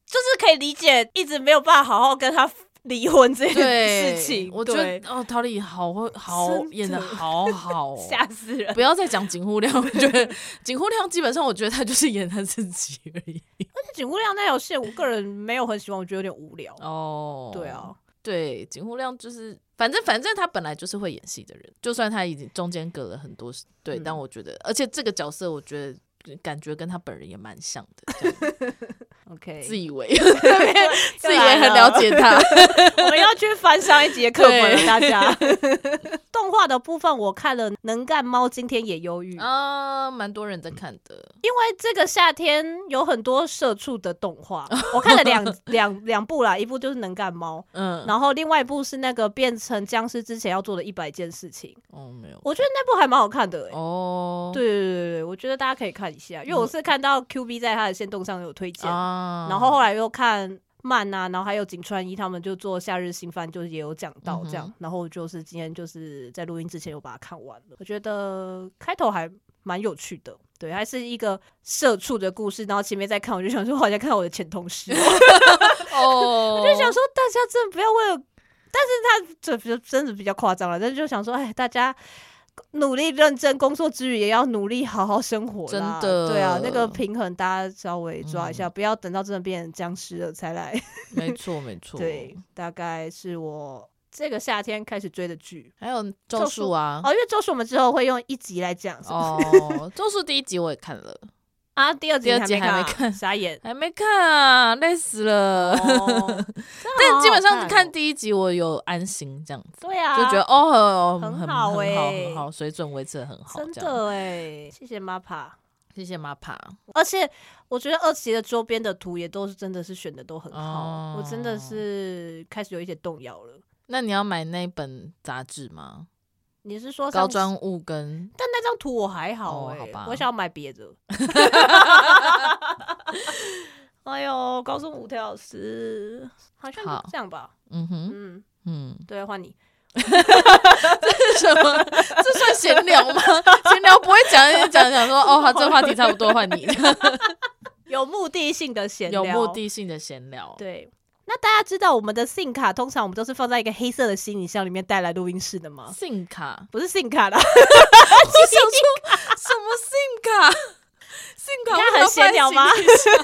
[SPEAKER 2] 就是可以理解，一直没有办法好好跟他离婚这件
[SPEAKER 1] 对
[SPEAKER 2] 事情，
[SPEAKER 1] 我觉得
[SPEAKER 2] 对
[SPEAKER 1] 哦，桃李好会好
[SPEAKER 2] 真的
[SPEAKER 1] 演的好好、哦。
[SPEAKER 2] 吓死人。
[SPEAKER 1] 不要再讲井户
[SPEAKER 2] <laughs>
[SPEAKER 1] 亮，我觉得井户亮基本上，我觉得他就是演他自己而已。
[SPEAKER 2] 景物亮那条线，我个人没有很喜欢，我觉得有点无聊。
[SPEAKER 1] 哦，
[SPEAKER 2] 对，啊，
[SPEAKER 1] 对，井户亮就是，反正反正他本来就是会演戏的人，就算他已经中间隔了很多时，对，
[SPEAKER 2] 嗯
[SPEAKER 1] 但我觉得，而且这个角色，我觉得感觉跟他本人也蛮像的，这样
[SPEAKER 2] OK， <laughs>
[SPEAKER 1] 自以为 <laughs> 自以为很了解
[SPEAKER 2] 啊
[SPEAKER 1] 他。
[SPEAKER 2] 我们要去翻上一节课本了，
[SPEAKER 1] 对
[SPEAKER 2] 大家。
[SPEAKER 1] <laughs>
[SPEAKER 2] 动画的部分我看了，《能干猫今天也忧郁》，
[SPEAKER 1] 啊，蛮多人在
[SPEAKER 2] 嗯
[SPEAKER 1] 看的。
[SPEAKER 2] 因为这个夏天有很多社畜的动
[SPEAKER 1] <laughs>
[SPEAKER 2] 画，我看了两两两部啦，一部就是《能干猫》，
[SPEAKER 1] 嗯，
[SPEAKER 2] 然后另外一部是那个变成僵尸之前要做的一百件事情，
[SPEAKER 1] 哦，没有，
[SPEAKER 2] 我觉得那部还蛮好看的、欸。
[SPEAKER 1] 哦，
[SPEAKER 2] 对对对对对，我觉得大家可以看一下，因为我
[SPEAKER 1] 嗯
[SPEAKER 2] 是看到 Q B 在他的线动上有推荐，
[SPEAKER 1] 啊，
[SPEAKER 2] 然后后来又看漫啊，然后还有井川一他们就做夏日新番，就是也有讲到这样。
[SPEAKER 1] 嗯哼
[SPEAKER 2] 然后就是今天就是在录音之前又把它看完了，我觉得开头还蛮有趣的。对，还是一个社畜的故事，然后前面在看，我就想说，我好像看到我的前同事，我
[SPEAKER 1] 哦，
[SPEAKER 2] 就想说，大家真的不要为了，但是他这比较真的比较夸张了，但是就想说，哎，大家努力认真工作之余，也要努力好好生活啦，
[SPEAKER 1] 真的嗯
[SPEAKER 2] 对啊，那个平衡大家稍微抓一下，不要等到真的变成僵尸了才来
[SPEAKER 1] 没错没错，
[SPEAKER 2] 对，，大概是我这个夏天开始追的剧。
[SPEAKER 1] 还有
[SPEAKER 2] 咒
[SPEAKER 1] 咒
[SPEAKER 2] 术
[SPEAKER 1] 术啊，
[SPEAKER 2] 哦，因为周是我们之后会用一集来讲是不是
[SPEAKER 1] 哦，咒术第一集我也看了，
[SPEAKER 2] 啊，第二集
[SPEAKER 1] 第二
[SPEAKER 2] 你
[SPEAKER 1] 集
[SPEAKER 2] 还
[SPEAKER 1] 还
[SPEAKER 2] 没
[SPEAKER 1] 没
[SPEAKER 2] 看啊，
[SPEAKER 1] 看 <laughs>
[SPEAKER 2] 傻眼。
[SPEAKER 1] 还没看啊，累死了。
[SPEAKER 2] 哦
[SPEAKER 1] 但 <laughs> 基本上看
[SPEAKER 2] 哦
[SPEAKER 1] 第一集我有安心这样子，
[SPEAKER 2] 对啊，
[SPEAKER 1] 就觉得哦，
[SPEAKER 2] 很
[SPEAKER 1] 很很
[SPEAKER 2] 好
[SPEAKER 1] 好很好
[SPEAKER 2] 欸
[SPEAKER 1] 很好，水准维持的很好，
[SPEAKER 2] 真
[SPEAKER 1] 这样。
[SPEAKER 2] 的哎，谢谢 MAPA。
[SPEAKER 1] 谢谢玛帕，
[SPEAKER 2] 而且我觉得二期的周边的图也都是真的是选的都很好，我真的
[SPEAKER 1] 哦
[SPEAKER 2] 是开始有一些动摇了。
[SPEAKER 1] 那你要买那本杂志吗？
[SPEAKER 2] 你是说
[SPEAKER 1] 高
[SPEAKER 2] 上次
[SPEAKER 1] 专物跟
[SPEAKER 2] 但那张图我还好
[SPEAKER 1] 哦
[SPEAKER 2] 哎、
[SPEAKER 1] 好吧
[SPEAKER 2] 我想要买别的。 <laughs> 哎呦，告诉吴天老师，好像
[SPEAKER 1] 好
[SPEAKER 2] 这样吧。
[SPEAKER 1] 嗯哼
[SPEAKER 2] 嗯，
[SPEAKER 1] 嗯，
[SPEAKER 2] 对，换你。
[SPEAKER 1] 什么？这算闲聊 <laughs> 吗？闲聊不会讲一讲讲说哦，好，这话题差不多换你，
[SPEAKER 2] 有目的性的闲聊，
[SPEAKER 1] 有目。的性的闲聊。
[SPEAKER 2] 对，那大家知道我们的信卡通常我们都是放在一个黑色的行李箱里面带来录音室的吗？
[SPEAKER 1] 信卡，
[SPEAKER 2] 不是信卡啦，
[SPEAKER 1] <laughs> 我
[SPEAKER 2] <laughs>
[SPEAKER 1] 想说什么信 <laughs> 卡？信卡
[SPEAKER 2] 你
[SPEAKER 1] 为什
[SPEAKER 2] 看
[SPEAKER 1] 么要
[SPEAKER 2] 很闲聊吗
[SPEAKER 1] 放在信里？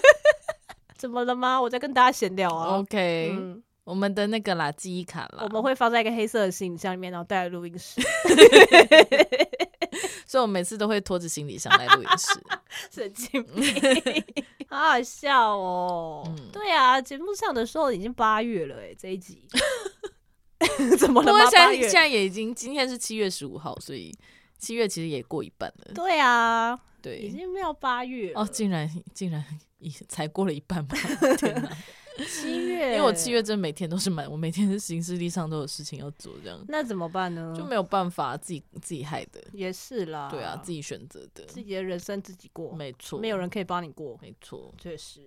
[SPEAKER 1] <laughs>
[SPEAKER 2] 怎么了吗？我在跟大家闲聊啊。
[SPEAKER 1] OK，、
[SPEAKER 2] 嗯，
[SPEAKER 1] 我们的那个啦，记忆卡啦，
[SPEAKER 2] 我们会放在一个黑色的行李箱里面，然后带来录音 <laughs> 室，
[SPEAKER 1] 所以我每次都会拖着行李箱来录音 <laughs> 室。
[SPEAKER 2] 神经病， <laughs> 好好笑哦。
[SPEAKER 1] 嗯
[SPEAKER 2] 对啊，节目上的时候已经八月了，哎，这一集 <laughs> 怎么
[SPEAKER 1] 不
[SPEAKER 2] 了
[SPEAKER 1] 过
[SPEAKER 2] 吗？
[SPEAKER 1] 现在
[SPEAKER 2] 八
[SPEAKER 1] 现
[SPEAKER 2] 月？
[SPEAKER 1] 在也已经今天是七月十五号，所以七月其实也过一半了。
[SPEAKER 2] 对啊，已
[SPEAKER 1] 对，
[SPEAKER 2] 经要八月了
[SPEAKER 1] 哦，竟然竟然也才过了一半吧！天哪，
[SPEAKER 2] 七月，
[SPEAKER 1] 因为我七月真的每天都是满，我每天是行事历上都有事情要做，这样
[SPEAKER 2] 那怎么办呢？
[SPEAKER 1] 就没有办法自己自己害的。
[SPEAKER 2] 也是啦，
[SPEAKER 1] 对啊，自己选择的，
[SPEAKER 2] 自己的人生自己过，
[SPEAKER 1] 没错，
[SPEAKER 2] 没有，人可以帮你过，
[SPEAKER 1] 没错。
[SPEAKER 2] 确实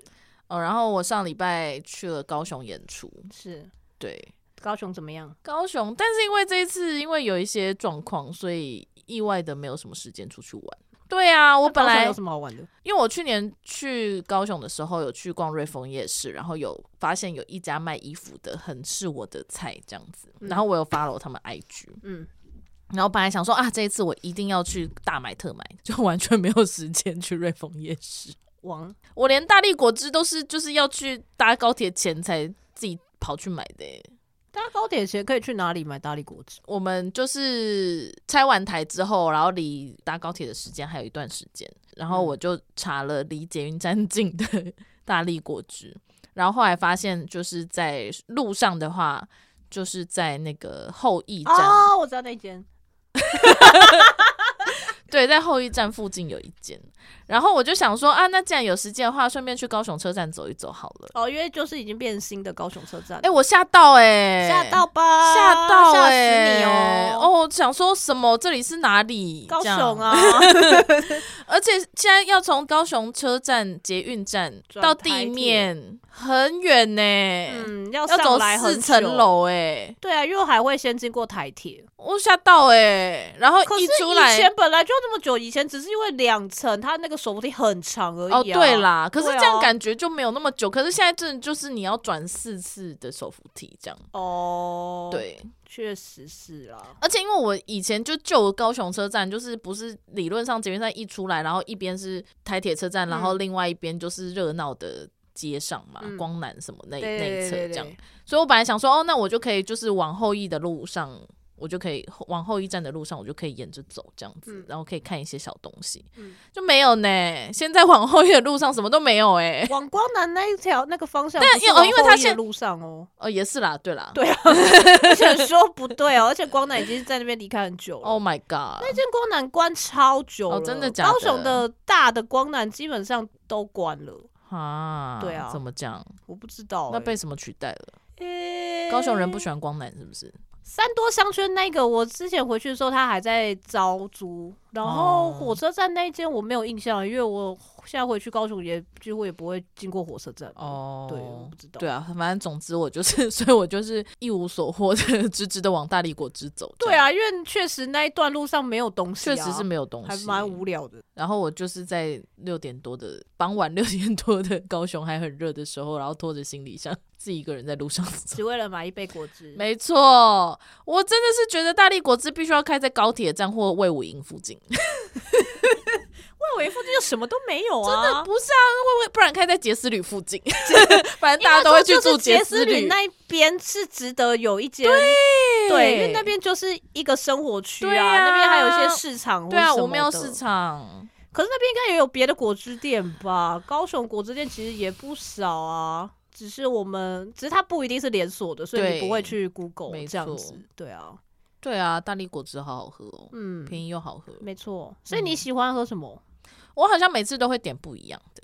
[SPEAKER 1] 哦，然后我上礼拜去了高雄演出，
[SPEAKER 2] 是。
[SPEAKER 1] 对，
[SPEAKER 2] 高雄怎么样？
[SPEAKER 1] 高雄，但是因为这一次因为有一些状况，所以意外的没有什么时间出去玩。对啊，我
[SPEAKER 2] 我
[SPEAKER 1] 本来
[SPEAKER 2] 有什么好玩的？
[SPEAKER 1] 因为我去年去高雄的时候有去逛瑞丰夜市，然后有发现有一家卖衣服的很是我的菜这样子，
[SPEAKER 2] 嗯
[SPEAKER 1] 然后我有 follow 他们 IG，
[SPEAKER 2] 嗯，
[SPEAKER 1] 然后本来想说啊这一次我一定要去大买特买，就完全没有时间去瑞丰夜市，
[SPEAKER 2] 王
[SPEAKER 1] 我连大力果汁都是就是要去搭高铁前才自己跑去买的欸、
[SPEAKER 2] 搭高铁前可以去哪里买大力果汁？
[SPEAKER 1] 我们就是拆完台之后，然后离搭高铁的时间还有一段时间，然后我就查了离捷运站近的 <laughs> 大力果汁，然后后来发现就是在路上的话，就是在那个后驿站，
[SPEAKER 2] 哦，我知道那间，
[SPEAKER 1] 对，在后驿站附近有一间，然后我就想说啊，那既然有时间的话，顺便去高雄车站走一走好了。
[SPEAKER 2] 哦，因为就是已经变新的高雄车站。
[SPEAKER 1] 哎、我吓到哎、
[SPEAKER 2] 吓到吧，
[SPEAKER 1] 吓到
[SPEAKER 2] 吓
[SPEAKER 1] 欸
[SPEAKER 2] 死你哦！哦，
[SPEAKER 1] 哦，想说什么？这里是哪里？
[SPEAKER 2] 高
[SPEAKER 1] 这样
[SPEAKER 2] 雄啊，
[SPEAKER 1] 而且现在要从高雄车站捷运站
[SPEAKER 2] 转
[SPEAKER 1] 到
[SPEAKER 2] 台
[SPEAKER 1] 地
[SPEAKER 2] 铁
[SPEAKER 1] 面很远呢、<laughs>
[SPEAKER 2] <laughs> 嗯，要
[SPEAKER 1] 要
[SPEAKER 2] 上
[SPEAKER 1] 走
[SPEAKER 2] 来很
[SPEAKER 1] 四
[SPEAKER 2] 久
[SPEAKER 1] 层。楼哎、
[SPEAKER 2] 对啊，因为还会先经过台铁。
[SPEAKER 1] 我吓到哎、然后
[SPEAKER 2] 可是
[SPEAKER 1] 一出
[SPEAKER 2] 以
[SPEAKER 1] 来
[SPEAKER 2] 前本来就这么久，以前只是因为两层，它那个手扶梯很长而
[SPEAKER 1] 哦，
[SPEAKER 2] 已、啊。
[SPEAKER 1] 对，啦，可是
[SPEAKER 2] 对啊
[SPEAKER 1] 这样感觉就没有那么久，可是现在真的就是你要转四次的手扶梯这样，
[SPEAKER 2] 哦，，
[SPEAKER 1] 对，
[SPEAKER 2] 确实是啦。
[SPEAKER 1] 而且因为我以前就旧的高雄车站，就是不是理论上捷运站一出来，然后一边是台铁车站，然后另外一边就是热闹的街上嘛，
[SPEAKER 2] 嗯
[SPEAKER 1] 光南什么那
[SPEAKER 2] 对
[SPEAKER 1] 那一侧
[SPEAKER 2] 对对
[SPEAKER 1] 这样
[SPEAKER 2] 对。
[SPEAKER 1] 所以我本来想说，哦，那我就可以就是往后羿的路上，我我就可以后往后一站的路上，我就可以沿着走这样子，
[SPEAKER 2] 嗯
[SPEAKER 1] 然后可以看一些小东西，
[SPEAKER 2] 嗯
[SPEAKER 1] 就没有呢。现在往后一的路上什么都没有哎、
[SPEAKER 2] 往光南那一条那个方向，
[SPEAKER 1] 但
[SPEAKER 2] 不是
[SPEAKER 1] 因为哦
[SPEAKER 2] 往
[SPEAKER 1] 因为它
[SPEAKER 2] 后一的
[SPEAKER 1] 现
[SPEAKER 2] 路上
[SPEAKER 1] <laughs>
[SPEAKER 2] 哦，
[SPEAKER 1] 哦，也是啦，对啦，
[SPEAKER 2] 对啊， <laughs> 而且说不对哦，而且光南已经在那边离开很久了。
[SPEAKER 1] ，Oh my god，
[SPEAKER 2] 那间光南关超久了，
[SPEAKER 1] 哦真的假的
[SPEAKER 2] 高雄的大的光南基本上都关了，
[SPEAKER 1] 啊，
[SPEAKER 2] 对啊
[SPEAKER 1] 怎么讲？
[SPEAKER 2] 我不知道、欸。
[SPEAKER 1] 那被什么取代了？
[SPEAKER 2] 诶、
[SPEAKER 1] 高雄人不喜欢光南是不是？
[SPEAKER 2] 三多商圈那个，我之前回去的时候，他还在招租。然后
[SPEAKER 1] 哦
[SPEAKER 2] 火车站那一间我没有印象，因为我现在回去高雄也几乎也不会经过火车站。哦，
[SPEAKER 1] 哦，
[SPEAKER 2] 对，我不知道。
[SPEAKER 1] 对啊，反正总之我就是， <laughs> 所以我就是一无所获的， <laughs> 直直的往大力果汁走。这
[SPEAKER 2] 对
[SPEAKER 1] 样，
[SPEAKER 2] 啊，因为确实那一段路上没有东西、啊，
[SPEAKER 1] 确实是没有东
[SPEAKER 2] 还
[SPEAKER 1] 西，
[SPEAKER 2] 蛮无聊的。
[SPEAKER 1] 然后我就是在六点多的傍晚六点多的高雄还很热的时候，然后拖着行李箱 <laughs> 自己一个人在路上走。
[SPEAKER 2] 只为了买一杯果汁，
[SPEAKER 1] 没错，我真的是觉得大力果汁必须要开在高铁站或卫武营附近，
[SPEAKER 2] 魏伟附近就什么都没有啊！
[SPEAKER 1] 不是啊，卫武不然开在杰斯旅附近， <laughs> 反正大家都会去住
[SPEAKER 2] 杰
[SPEAKER 1] 斯
[SPEAKER 2] 斯
[SPEAKER 1] 旅。
[SPEAKER 2] 那一边是值得有一间，
[SPEAKER 1] 对
[SPEAKER 2] 因为那边就是一个生活区
[SPEAKER 1] 对啊
[SPEAKER 2] 那边还有一些市场，
[SPEAKER 1] 对啊，我们要市。场，
[SPEAKER 2] 可是那边应该也有别的果汁店吧？高雄果汁店其实也不少啊，只是我们只是它不一定是连锁的，所以
[SPEAKER 1] 对
[SPEAKER 2] 你不会去 Google
[SPEAKER 1] 没
[SPEAKER 2] 这样
[SPEAKER 1] 错
[SPEAKER 2] 子。对啊，
[SPEAKER 1] 对啊，大力果汁好好喝哦，
[SPEAKER 2] 嗯，
[SPEAKER 1] 便宜又好喝。
[SPEAKER 2] 没错。所以你喜欢喝什么？
[SPEAKER 1] 我好像每次都会点不一样的，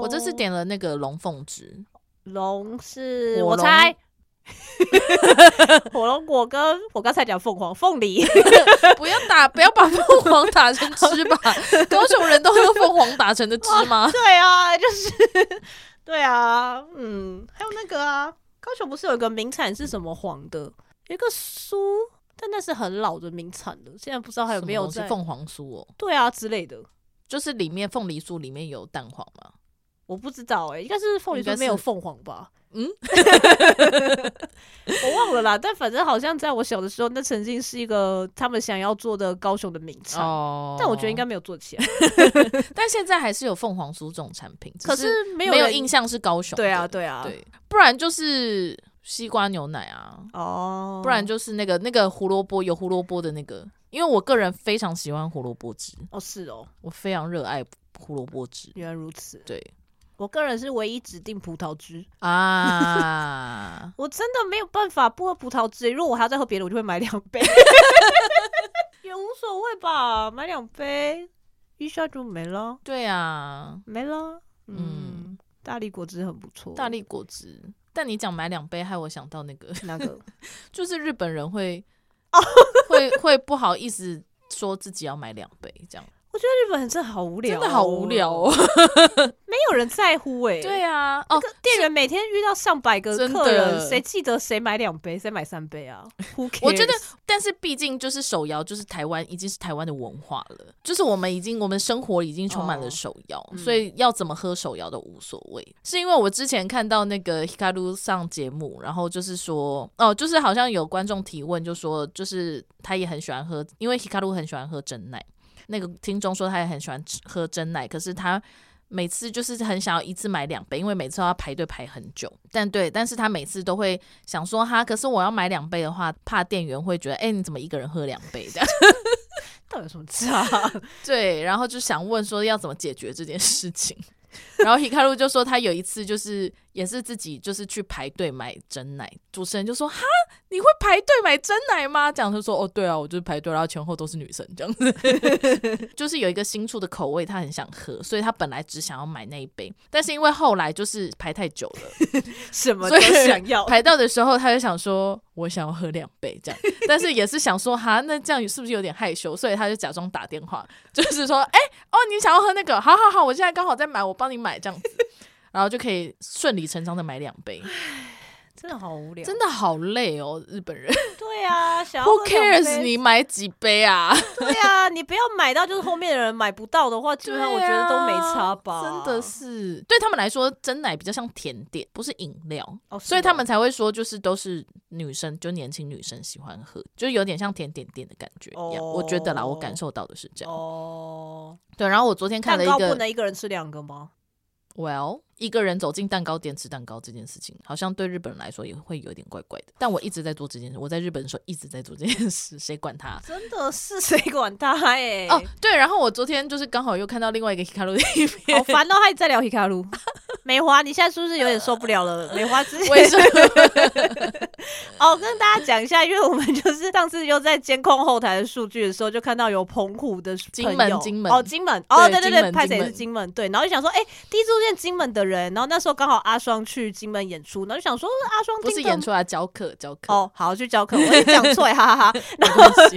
[SPEAKER 1] 嗯我这次点了那个龙凤汁，
[SPEAKER 2] 龙是
[SPEAKER 1] 火
[SPEAKER 2] 我
[SPEAKER 1] 龙
[SPEAKER 2] 猜。 <laughs> 火龙果跟我刚才讲凤凰凤梨，
[SPEAKER 1] 哦不要 <laughs> 打，不要把凤凰打成汁 <laughs> 吧？高雄人都喝凤凰打成的汁吗？
[SPEAKER 2] <laughs> 对啊，就是对啊，嗯，还有那个啊，高雄不是有一个名产是什么黄的，有一个酥，但那是很老的名产的，现在不知道还有没有
[SPEAKER 1] 是
[SPEAKER 2] 在
[SPEAKER 1] 凤凰酥哦？
[SPEAKER 2] 对啊之类的，
[SPEAKER 1] 就是里面凤梨酥里面有蛋黄吗？
[SPEAKER 2] 我不知道哎、应该是凤梨
[SPEAKER 1] 应该
[SPEAKER 2] 酥
[SPEAKER 1] 是
[SPEAKER 2] 没有凤凰吧？
[SPEAKER 1] 嗯，
[SPEAKER 2] <laughs> 我忘了啦，但反正好像在我小的时候，那曾经是一个他们想要做的高雄的名产。
[SPEAKER 1] 哦
[SPEAKER 2] 但我觉得应该，没有做起来，
[SPEAKER 1] 但现在还是有凤凰酥这种产品，只
[SPEAKER 2] 可是
[SPEAKER 1] 没
[SPEAKER 2] 没有
[SPEAKER 1] 有
[SPEAKER 2] 人
[SPEAKER 1] 印。象是高雄的。
[SPEAKER 2] 对啊，对啊，
[SPEAKER 1] 对，不然就是西瓜牛奶啊，
[SPEAKER 2] 哦，
[SPEAKER 1] 不然就是那个那个胡萝卜有胡萝卜的那个，因为我个人非常喜欢胡萝卜汁，
[SPEAKER 2] 哦是哦，
[SPEAKER 1] 我非常热爱胡萝卜汁。
[SPEAKER 2] 原来如此。 <laughs>
[SPEAKER 1] 对
[SPEAKER 2] 我个人是唯一指定葡萄汁，，
[SPEAKER 1] 啊
[SPEAKER 2] 我真的没有办法不喝葡萄汁。欸如果我还要再喝别的，我就会买两杯， <laughs> 也无所谓吧，买两杯一下就没了，
[SPEAKER 1] 对啊，
[SPEAKER 2] <laughs> 没了。嗯，
[SPEAKER 1] 嗯
[SPEAKER 2] 大力果汁很不错，
[SPEAKER 1] 大力果汁。但你讲买两杯，害我想到那个， <laughs>
[SPEAKER 2] 那个
[SPEAKER 1] 就是日本人会
[SPEAKER 2] 哦
[SPEAKER 1] <laughs> 会会不好意思说自己要买两杯，这样
[SPEAKER 2] 日本人真的好无聊、
[SPEAKER 1] 真的好无聊，哦。
[SPEAKER 2] 没有人在乎哎、
[SPEAKER 1] 对啊，哦，
[SPEAKER 2] 店员每天遇到上百个
[SPEAKER 1] 真的
[SPEAKER 2] 客人，谁记得谁买两杯，谁买三杯啊？Who
[SPEAKER 1] <laughs>
[SPEAKER 2] cares？
[SPEAKER 1] 我觉得但是毕竟就是手摇，就是台湾已经是台湾的文化了，就是我们已经我们生活已经充满了手摇，
[SPEAKER 2] 嗯
[SPEAKER 1] 所以要怎么喝手摇都无所谓。是因为我之前看到那个 Hikaru 上节目，然后就是说哦，就是好像有观众提问，就说就是他也很喜欢喝，因为 Hikaru 很喜欢喝真奶。那个听众说他也很喜欢吃喝真奶，可是他每次就是很想要一次买两杯，因为每次都要排队排很久。但对，但是他每次都会想说哈，可是我要买两杯的话，怕店员会觉得，哎、你怎么一个人喝两杯这样？
[SPEAKER 2] 到底有什么差？ <laughs>
[SPEAKER 1] 对，然后就想问说要怎么解决这件事情。然后 Hikaru 就说他有一次就是也是自己就是去排队买真奶，主持人就说哈，你会排队买真奶吗？这样他说哦对啊，我就是排队，然后前后都是女生这样子，就是有一个新出的口味，他很想喝，所以他本来只想要买那一杯，但是因为后来就是排太久了。
[SPEAKER 2] 什
[SPEAKER 1] <laughs>
[SPEAKER 2] 么
[SPEAKER 1] 所
[SPEAKER 2] 都
[SPEAKER 1] 以
[SPEAKER 2] 想要，
[SPEAKER 1] 排到的时候，他就想说，我想要喝两杯 <laughs> 这样，但是也是想说，哈，那这样是不是有点害羞？所以他就假装打电话，就是说，哎、哦，你想要喝那个，好好好，我现在刚好在买，我帮你买这样 <laughs> 子，然后就可以顺理成章的买两杯，
[SPEAKER 2] 真的好无聊。
[SPEAKER 1] 真的好累哦，日本人
[SPEAKER 2] 对啊，想要喝
[SPEAKER 1] <laughs> ，Who
[SPEAKER 2] 两杯
[SPEAKER 1] cares 你买几杯啊？
[SPEAKER 2] 对
[SPEAKER 1] <laughs>
[SPEAKER 2] 啊，你不要买到，就是后面的人买不到的话，基本啊上我觉得都没差吧。
[SPEAKER 1] 啊 <laughs> 真的是对他们来说，真奶比较像甜点，不是饮料。
[SPEAKER 2] 哦，是
[SPEAKER 1] 所以
[SPEAKER 2] 哦
[SPEAKER 1] 他们才会说，就是都是女生，就年轻女生喜欢喝，就有点像甜点店的感觉一样。
[SPEAKER 2] 哦
[SPEAKER 1] 我觉得啦，我感受到的是这样。
[SPEAKER 2] 哦，
[SPEAKER 1] 对，然后我昨天看
[SPEAKER 2] 蛋
[SPEAKER 1] 了一
[SPEAKER 2] 糕不
[SPEAKER 1] 个，
[SPEAKER 2] 能一个人吃两个吗？
[SPEAKER 1] Well，一个人走进蛋糕店吃蛋糕这件事情，好像对日本人来说也会有点怪怪的。但我一直在做这件事，我在日本的时候一直在做这件事，谁管他？
[SPEAKER 2] <laughs> 真的是谁管他哎、
[SPEAKER 1] 哦，对，然后我昨天就是刚好又看到另外一个
[SPEAKER 2] <laughs>
[SPEAKER 1] Hikaru 的影片，
[SPEAKER 2] 好烦哦！他一直在聊皮卡鲁，梅花，你现在是不是有点受不了了？梅花之
[SPEAKER 1] <laughs>
[SPEAKER 2] 前
[SPEAKER 1] 为什么？
[SPEAKER 2] 哦，跟大家讲一下，因为我们就是上次又在监控后台的数据的时候，就看到有澎湖的
[SPEAKER 1] 金
[SPEAKER 2] 朋
[SPEAKER 1] 门
[SPEAKER 2] 友
[SPEAKER 1] 金门
[SPEAKER 2] 哦，金门哦，
[SPEAKER 1] 对
[SPEAKER 2] 对对
[SPEAKER 1] 金
[SPEAKER 2] 对，
[SPEAKER 1] 门
[SPEAKER 2] 拍
[SPEAKER 1] 金
[SPEAKER 2] 谁是
[SPEAKER 1] 门
[SPEAKER 2] 金门？对，然后就想说，哎、第一次见金门的人，然后那时候刚好阿双去金门演出，然后就想说阿双
[SPEAKER 1] 不是
[SPEAKER 2] 听的
[SPEAKER 1] 演出来教课教课，
[SPEAKER 2] 哦，好去教课，我也讲错，哈哈哈。
[SPEAKER 1] 没关系，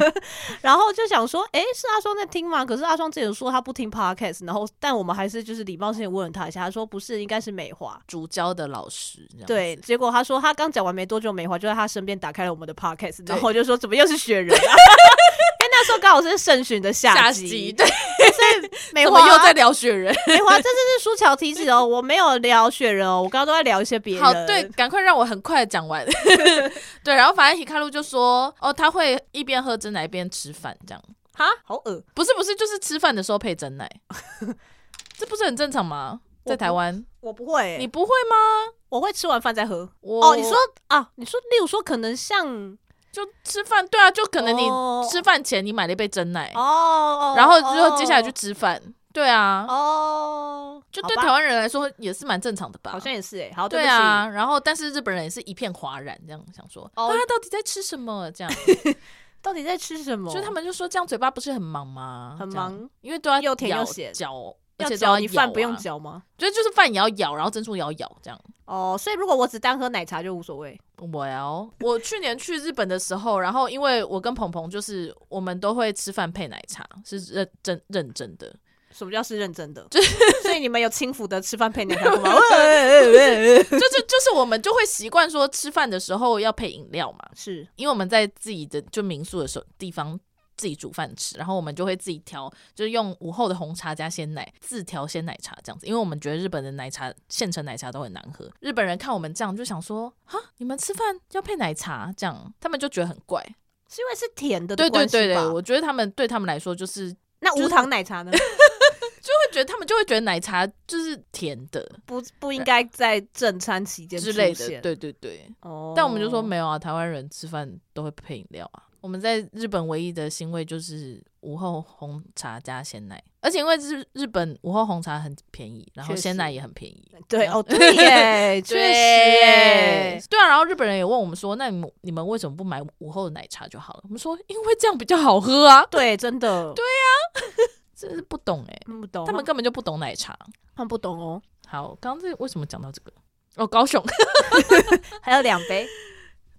[SPEAKER 2] 然后就想说，诶，是阿双在听吗？可是阿双之前说他不听 podcast，然后但我们还是就是礼貌性地问了他一下，他说不是，应该是美华。
[SPEAKER 1] 主教的老师这样子
[SPEAKER 2] 对，结果他说他刚讲完没多久，美华就在他身边打开了我们的 podcast，
[SPEAKER 1] 对
[SPEAKER 2] 然后我就说怎么又是雪人啊？
[SPEAKER 1] <laughs>
[SPEAKER 2] 哎，那时候刚好是盛巡的
[SPEAKER 1] 下
[SPEAKER 2] 集，
[SPEAKER 1] 集对，
[SPEAKER 2] 美
[SPEAKER 1] 我
[SPEAKER 2] 华
[SPEAKER 1] 们又在聊雪人。
[SPEAKER 2] 美华，这次是苏乔提子哦，我没有聊雪人哦，我刚刚都在聊一些别人。
[SPEAKER 1] 好，对，，赶快让我很快地讲
[SPEAKER 2] <laughs>
[SPEAKER 1] 完。 <laughs> 对，然后反正 Hikaru 就说，哦，他会一边喝真奶一边吃饭这样。
[SPEAKER 2] 哈，好恶，
[SPEAKER 1] 不是不是，就是吃饭的时候配真
[SPEAKER 2] <laughs>
[SPEAKER 1] 奶，这不是很正常吗？
[SPEAKER 2] 我
[SPEAKER 1] 在台湾，
[SPEAKER 2] 我不会、
[SPEAKER 1] 你不会吗？
[SPEAKER 2] 我会吃完饭再喝。
[SPEAKER 1] 我
[SPEAKER 2] 哦，你说啊，你说，例如说可能像
[SPEAKER 1] 就吃饭，对啊，就可能你
[SPEAKER 2] 哦
[SPEAKER 1] 吃饭前你买了一杯真奶，
[SPEAKER 2] 哦哦，
[SPEAKER 1] 哎然后之后接下来
[SPEAKER 2] 哦
[SPEAKER 1] 去吃饭，对啊，
[SPEAKER 2] 哦，
[SPEAKER 1] 就对
[SPEAKER 2] 好吧
[SPEAKER 1] 台湾人来说也是蛮正常的吧？
[SPEAKER 2] 好像也是哎、好，
[SPEAKER 1] 对
[SPEAKER 2] 不起，
[SPEAKER 1] 啊，然后但是日本人也是一片哗然，这样想说，
[SPEAKER 2] 哦
[SPEAKER 1] 啊，到底在吃什么？啊这样，
[SPEAKER 2] 到底在吃什么？
[SPEAKER 1] 就是他们就说这样嘴巴不是很忙吗？
[SPEAKER 2] 很
[SPEAKER 1] 这样
[SPEAKER 2] 忙，
[SPEAKER 1] 因为都要
[SPEAKER 2] 又甜又
[SPEAKER 1] 咬
[SPEAKER 2] 咸
[SPEAKER 1] 嚼，而
[SPEAKER 2] 要
[SPEAKER 1] 且都
[SPEAKER 2] 嚼，
[SPEAKER 1] 要
[SPEAKER 2] 你
[SPEAKER 1] 咬
[SPEAKER 2] 饭不用
[SPEAKER 1] 啊，
[SPEAKER 2] 嚼吗？
[SPEAKER 1] 就就是饭也要咬，然后珍珠也要咬，这样。
[SPEAKER 2] 哦，所以如果我只单喝奶茶就无所谓。
[SPEAKER 1] 我要 <laughs> 我去年去日本的时候，然后因为我跟鹏鹏就是我们都会吃饭配奶茶，是认真认真 <laughs> 的，
[SPEAKER 2] 什么叫是认真的？就是所以你们有轻浮的吃饭配奶茶
[SPEAKER 1] <laughs>
[SPEAKER 2] 吗？喂喂喂喂
[SPEAKER 1] 就是就是我们就会习惯说吃饭的时候要配饮料嘛，
[SPEAKER 2] 是
[SPEAKER 1] 因为我们在自己的就民宿的时候地方自己煮饭吃，然后我们就会自己调，就是用午后的红茶加鲜奶自调鲜奶茶这样子，因为我们觉得日本的奶茶现成奶茶都很难喝，日本人看我们这样就想说哈，你们吃饭要配奶茶这样，他们就觉得很怪，
[SPEAKER 2] 是因为是甜的
[SPEAKER 1] 对
[SPEAKER 2] 的
[SPEAKER 1] 对
[SPEAKER 2] 关系吧
[SPEAKER 1] 对对，我觉得他们对他们来说就是
[SPEAKER 2] 那
[SPEAKER 1] 就是
[SPEAKER 2] 无糖奶茶呢？
[SPEAKER 1] 会觉得他们就会觉得奶茶就是甜的
[SPEAKER 2] 不不应该在正餐期间
[SPEAKER 1] 之类
[SPEAKER 2] 出
[SPEAKER 1] 的，
[SPEAKER 2] 现。
[SPEAKER 1] 对对对。
[SPEAKER 2] 哦，
[SPEAKER 1] 但我们就说没有啊，台湾人吃饭都会配饮料啊。我们在日本唯一的欣慰就是午后红茶加鲜奶，而且因为日日本午后红茶很便宜，然后
[SPEAKER 2] 确实
[SPEAKER 1] 鲜奶也很便宜。
[SPEAKER 2] 对哦，对
[SPEAKER 1] <laughs>
[SPEAKER 2] 耶，确
[SPEAKER 1] 啊对
[SPEAKER 2] 实耶，
[SPEAKER 1] 对啊。然后日本人也问我们说，那你们你们为什么不买午后的奶茶就好了？我们说因为这样比较好喝啊。
[SPEAKER 2] 对，真的，对，
[SPEAKER 1] 这是不懂哎、
[SPEAKER 2] 不懂，
[SPEAKER 1] 他们根本就不懂奶茶。
[SPEAKER 2] 他们不懂哦。
[SPEAKER 1] 好，刚刚这为什么讲到这个？哦，高雄， <laughs>
[SPEAKER 2] 还有两杯，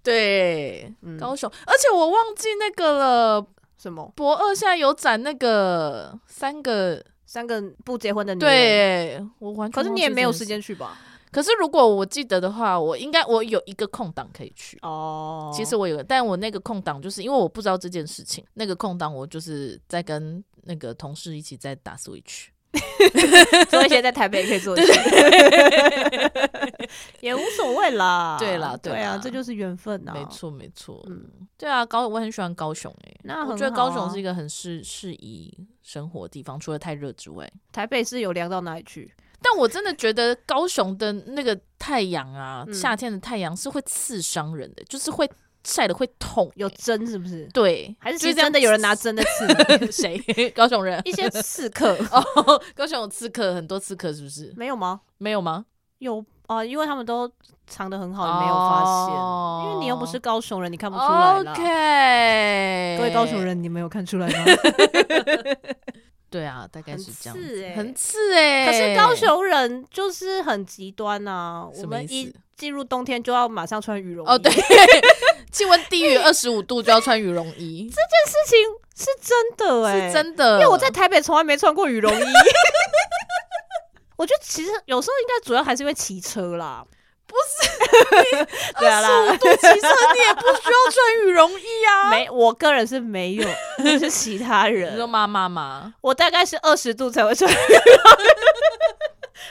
[SPEAKER 1] 对，
[SPEAKER 2] 嗯
[SPEAKER 1] 高雄，而且我忘记那个了。
[SPEAKER 2] 什么？
[SPEAKER 1] 博二现在有展那个三个，
[SPEAKER 2] 三个不结婚的女人，，
[SPEAKER 1] 对我完全。
[SPEAKER 2] 可是你也没有时。间去吧？
[SPEAKER 1] 可是如果我记得的话，我应该我有一个空档可以去。
[SPEAKER 2] 哦，
[SPEAKER 1] 其实我有，但我那个空档就是因为我不知道这件事情，那个空档我就是在跟那个同事一起在打 Switch。
[SPEAKER 2] 做一些在台北也可以做的事， <laughs> 也无所谓啦。
[SPEAKER 1] 对啦对
[SPEAKER 2] 对啊
[SPEAKER 1] 啦，
[SPEAKER 2] 这就是缘分啊。
[SPEAKER 1] 没，错，没错。
[SPEAKER 2] 嗯，
[SPEAKER 1] 对啊，高我很喜欢高雄诶、
[SPEAKER 2] 那
[SPEAKER 1] 我
[SPEAKER 2] 很
[SPEAKER 1] 觉得高
[SPEAKER 2] 好
[SPEAKER 1] 雄
[SPEAKER 2] 啊
[SPEAKER 1] 是一个很适适宜生活的地方，除了太热之外。
[SPEAKER 2] 台北是有凉到哪里去？
[SPEAKER 1] 但我真的觉得高雄的那个太阳啊，
[SPEAKER 2] 嗯
[SPEAKER 1] 夏天的太阳是会刺伤人的，就是会晒的会痛欸、
[SPEAKER 2] 有针是不是？
[SPEAKER 1] 对，
[SPEAKER 2] 还是
[SPEAKER 1] 就
[SPEAKER 2] 其
[SPEAKER 1] 是
[SPEAKER 2] 实
[SPEAKER 1] 这样
[SPEAKER 2] 真的有人拿 <laughs> 针在刺你？
[SPEAKER 1] 刺 <laughs> 谁？高雄
[SPEAKER 2] <laughs>
[SPEAKER 1] 人
[SPEAKER 2] 一些刺客
[SPEAKER 1] 哦，高雄有刺客，很多刺客是不是？
[SPEAKER 2] 没有吗？
[SPEAKER 1] 没有吗？
[SPEAKER 2] 有啊，因为他们都藏得很
[SPEAKER 1] 哦
[SPEAKER 2] 好，你没有发现，因为你又不是高雄人，你看不出来啦。
[SPEAKER 1] OK，
[SPEAKER 2] 各位高雄，人，你们有看出来吗？
[SPEAKER 1] <laughs> 对啊，大概是这样
[SPEAKER 2] 很
[SPEAKER 1] 子
[SPEAKER 2] 刺欸
[SPEAKER 1] 很刺哎、
[SPEAKER 2] 可是高雄人就是很极端啊，
[SPEAKER 1] 什
[SPEAKER 2] 我
[SPEAKER 1] 么
[SPEAKER 2] 们
[SPEAKER 1] 意
[SPEAKER 2] 一
[SPEAKER 1] 思？
[SPEAKER 2] 进入冬天就要马上穿羽绒衣。
[SPEAKER 1] 哦，对，气温低于二十五度就要穿羽绒
[SPEAKER 2] <laughs>
[SPEAKER 1] 衣，
[SPEAKER 2] 事情是真的哎、
[SPEAKER 1] 是，真的。
[SPEAKER 2] 因为我在台北从来没穿过羽绒衣。 <laughs> 我觉得其实有时候应该主要还是因为骑车啦，不是？ <laughs> 对啊
[SPEAKER 1] 二十
[SPEAKER 2] 啦
[SPEAKER 1] 五，度骑车，你也不需要穿羽绒衣啊。
[SPEAKER 2] <laughs> 没，我个人是没有， <laughs> 是其他
[SPEAKER 1] 你说
[SPEAKER 2] 人，
[SPEAKER 1] 妈妈吗？
[SPEAKER 2] 我大概是二十度才会穿。 <laughs>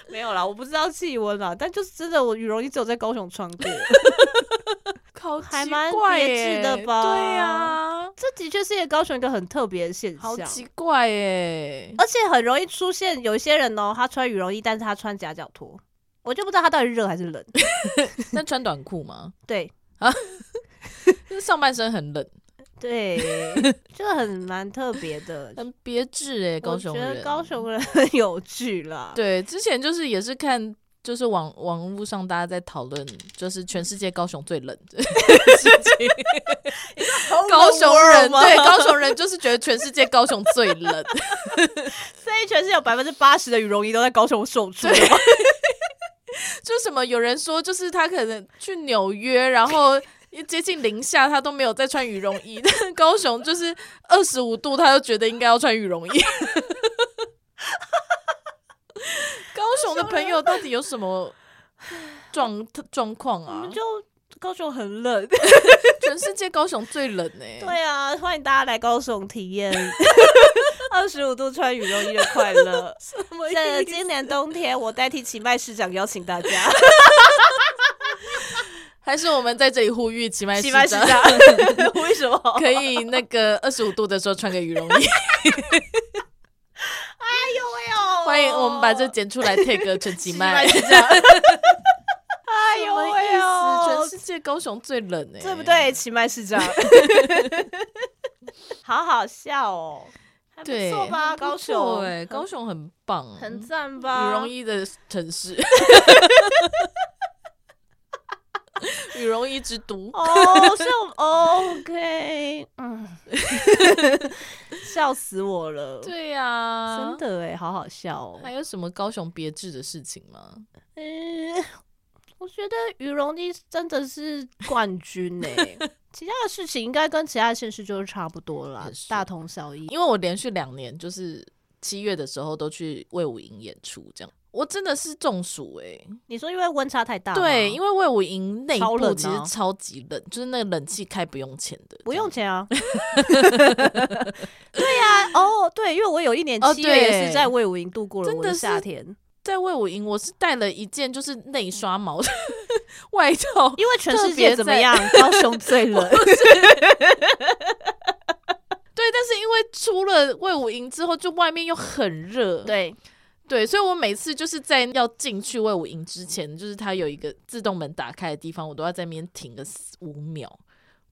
[SPEAKER 2] 没有啦，我不知道气温啦，但就是真的，我羽绒衣只有在高雄穿过。
[SPEAKER 1] 靠，
[SPEAKER 2] 还蛮别致的吧
[SPEAKER 1] 对呀、
[SPEAKER 2] 这的确是一个高雄一个很特别的现
[SPEAKER 1] 好
[SPEAKER 2] 象，
[SPEAKER 1] 奇怪耶、
[SPEAKER 2] 而且很容易出现有一些人哦，他穿羽绒衣，但是他穿夹脚拖，我就不知道他到底热还是冷。
[SPEAKER 1] <laughs> 那穿短裤吗？
[SPEAKER 2] 对
[SPEAKER 1] 就是上半身很
[SPEAKER 2] <laughs>
[SPEAKER 1] 冷， <laughs>
[SPEAKER 2] 对，就很蛮特别的。
[SPEAKER 1] 很别致哎、高雄
[SPEAKER 2] 我觉
[SPEAKER 1] 人。
[SPEAKER 2] 得高雄人很有趣啦。
[SPEAKER 1] <laughs> 对，之前就是也是看，就是网网络上大家在讨论，就是全世界高雄最冷的事情。
[SPEAKER 2] Hello
[SPEAKER 1] 高雄人
[SPEAKER 2] 哦 world 吗
[SPEAKER 1] 对高雄人就是觉得全世界高雄最冷，
[SPEAKER 2] <laughs> 所以全是有百分之八十的羽绒衣都在高雄售出。
[SPEAKER 1] 就什么有人说就是他可能去纽约，然后。接近零下，他都没有再穿羽绒衣。但 <laughs> 是高雄就是二十五度，他就觉得应该要穿羽绒衣。 <laughs> 高雄的朋友到底有什么状状况
[SPEAKER 2] 我
[SPEAKER 1] 啊
[SPEAKER 2] 们？就高雄
[SPEAKER 1] <laughs>
[SPEAKER 2] 很冷。
[SPEAKER 1] 全世界高雄最冷呢、欸。
[SPEAKER 2] <laughs> 对啊，欢迎大家来高雄
[SPEAKER 1] <laughs>
[SPEAKER 2] 体验 <laughs> 二十五度穿羽绒衣的快乐。这今年冬天，我代替奇迈市长邀请大家。
[SPEAKER 1] <laughs> 还是我们在这里呼吁呃奇麦
[SPEAKER 2] 奇迈市
[SPEAKER 1] 长
[SPEAKER 2] 长， <laughs> 为什么？
[SPEAKER 1] <laughs> 可以那个二十五度的时候穿个羽绒衣。
[SPEAKER 2] 哦
[SPEAKER 1] 欢迎我们把这剪出来 take 陈奇
[SPEAKER 2] 奇
[SPEAKER 1] 麦
[SPEAKER 2] 迈。市
[SPEAKER 1] <laughs>
[SPEAKER 2] 长。哎
[SPEAKER 1] 什
[SPEAKER 2] 呦
[SPEAKER 1] 么
[SPEAKER 2] 喂
[SPEAKER 1] 意
[SPEAKER 2] 哦
[SPEAKER 1] 思？全！世界高雄最冷哎、
[SPEAKER 2] 对不？对？奇迈
[SPEAKER 1] <laughs>
[SPEAKER 2] 市长，好好笑哦，还不
[SPEAKER 1] 对，
[SPEAKER 2] 错吧？
[SPEAKER 1] 很不
[SPEAKER 2] 高
[SPEAKER 1] 错
[SPEAKER 2] 雄
[SPEAKER 1] 哎、高雄很棒，嗯
[SPEAKER 2] 很赞吧？
[SPEAKER 1] 羽绒衣的城
[SPEAKER 2] <laughs>
[SPEAKER 1] 市，羽绒衣之都。 <laughs>
[SPEAKER 2] 哦，所以我 OK，嗯， <laughs> 笑死我了，
[SPEAKER 1] 对啊呀、
[SPEAKER 2] 真。的哎，好好笑哦。
[SPEAKER 1] 还有什么高雄别致的事情吗？
[SPEAKER 2] 嗯，我觉得羽绒衣真的是冠
[SPEAKER 1] <laughs>
[SPEAKER 2] 军哎，其他的事情应该跟其他的县市就是差不多啦
[SPEAKER 1] 也，是
[SPEAKER 2] 大同小异。
[SPEAKER 1] 因为我连续两年就是七月的时候都去魏武营演出，这样我真的是中暑哎、
[SPEAKER 2] 你说因为温差太大吗，
[SPEAKER 1] 对，因
[SPEAKER 2] 为
[SPEAKER 1] 为魏武营内
[SPEAKER 2] 超冷
[SPEAKER 1] 部其
[SPEAKER 2] 啊
[SPEAKER 1] 实超级冷，就是那个冷气开不用钱的，
[SPEAKER 2] 不
[SPEAKER 1] 这样
[SPEAKER 2] 用钱啊。 <laughs> 对呀、哦，对，因为我有一年
[SPEAKER 1] 哦
[SPEAKER 2] 七月也
[SPEAKER 1] 对
[SPEAKER 2] 是在魏武营度过了
[SPEAKER 1] 真
[SPEAKER 2] 我
[SPEAKER 1] 的是
[SPEAKER 2] 夏天，
[SPEAKER 1] 在魏武营，我是带了一件就是内刷毛的 <laughs> 外套，
[SPEAKER 2] 因为全
[SPEAKER 1] 特
[SPEAKER 2] 世
[SPEAKER 1] 别
[SPEAKER 2] 界怎么
[SPEAKER 1] 在
[SPEAKER 2] 样，高雄
[SPEAKER 1] <laughs>
[SPEAKER 2] 最冷。
[SPEAKER 1] 对，但是因为出了魏武营之后，就外面又很热，
[SPEAKER 2] 对，
[SPEAKER 1] 对，所以我每次就是在要进去魏武营之前，就是它有一个自动门打开的地方，我都要在那边停个四五秒。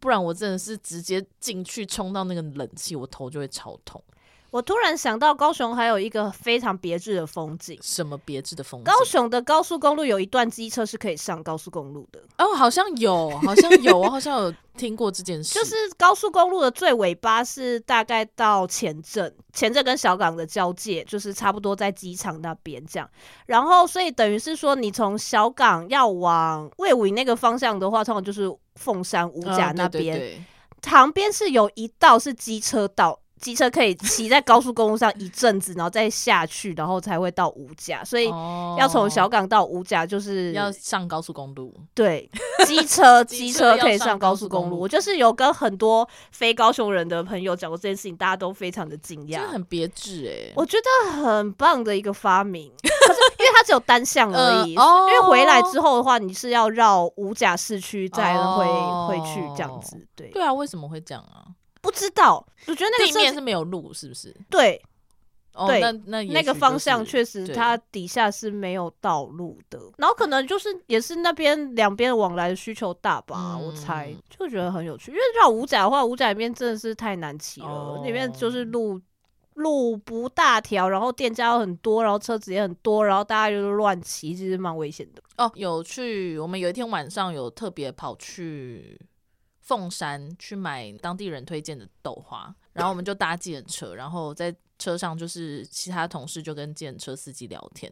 [SPEAKER 1] 不然我真的是直接进去冲到那个冷气，我头就会超痛。
[SPEAKER 2] 我突然想到，高雄还有一个非常别致的风景。
[SPEAKER 1] 什么别致的风景？
[SPEAKER 2] 高雄的高速公路有一段机车是可以上高速公路的，
[SPEAKER 1] 哦，好像有，好像有，我好像有听过这件事。
[SPEAKER 2] 就是高速公路的最尾巴是大概到前镇，前镇跟小港的交界，就是差不多在机场那边这样。然后，所以等于是说，你从小港要往魏武营那个方向的话，通常就是凤山、五
[SPEAKER 1] 嗯
[SPEAKER 2] 甲那
[SPEAKER 1] 对对
[SPEAKER 2] 边，
[SPEAKER 1] 对
[SPEAKER 2] 旁边是有一道是机车道，机车可以骑在高速公路上一阵子，然后再下去，然后才会到五甲。所以
[SPEAKER 1] 哦
[SPEAKER 2] 要从小港到五甲，就是
[SPEAKER 1] 要上高速公路， <laughs>
[SPEAKER 2] 对机车，
[SPEAKER 1] 机
[SPEAKER 2] 机
[SPEAKER 1] 车
[SPEAKER 2] 车
[SPEAKER 1] 要
[SPEAKER 2] 可以
[SPEAKER 1] 上
[SPEAKER 2] 上
[SPEAKER 1] 高
[SPEAKER 2] 高
[SPEAKER 1] 速
[SPEAKER 2] 速
[SPEAKER 1] 公
[SPEAKER 2] 公
[SPEAKER 1] 路
[SPEAKER 2] 路。我就是有跟很多非高雄人的朋友讲过这件事情，大家都非常的惊
[SPEAKER 1] 真的
[SPEAKER 2] 讶。
[SPEAKER 1] 很别致哎、
[SPEAKER 2] 我觉得很棒的一个
[SPEAKER 1] <laughs>
[SPEAKER 2] 发明，可是因为它只有单向而已，
[SPEAKER 1] 呃哦
[SPEAKER 2] 因为回来之后的话，你是要绕五甲市区再回、
[SPEAKER 1] 哦
[SPEAKER 2] 回去这样子。对，
[SPEAKER 1] 对啊，为什么会这样啊？
[SPEAKER 2] 不知道，我觉得那个
[SPEAKER 1] 地面
[SPEAKER 2] 设计
[SPEAKER 1] 是没有路，是不是？
[SPEAKER 2] 对
[SPEAKER 1] 哦，
[SPEAKER 2] 对
[SPEAKER 1] 那那也
[SPEAKER 2] 那
[SPEAKER 1] 许
[SPEAKER 2] 个
[SPEAKER 1] 就
[SPEAKER 2] 方向
[SPEAKER 1] 是
[SPEAKER 2] 确实
[SPEAKER 1] 对
[SPEAKER 2] 它底下是没有道路的，然后可能就是也是那边两边往来的需求大吧，
[SPEAKER 1] 嗯
[SPEAKER 2] 我猜就觉得很有趣。因为绕五甲的话，五甲里面真的是太难骑了，
[SPEAKER 1] 哦
[SPEAKER 2] 里面就是路路不大条，然后店家又很多，然后车子也很多，然后大家就是乱骑，其实蛮危险的。
[SPEAKER 1] 哦，有去我们有一天晚上有特别跑去凤山去买当地人推荐的豆花，然后我们就搭计程车，然后在车上就是其他同事就跟计程车司机聊天，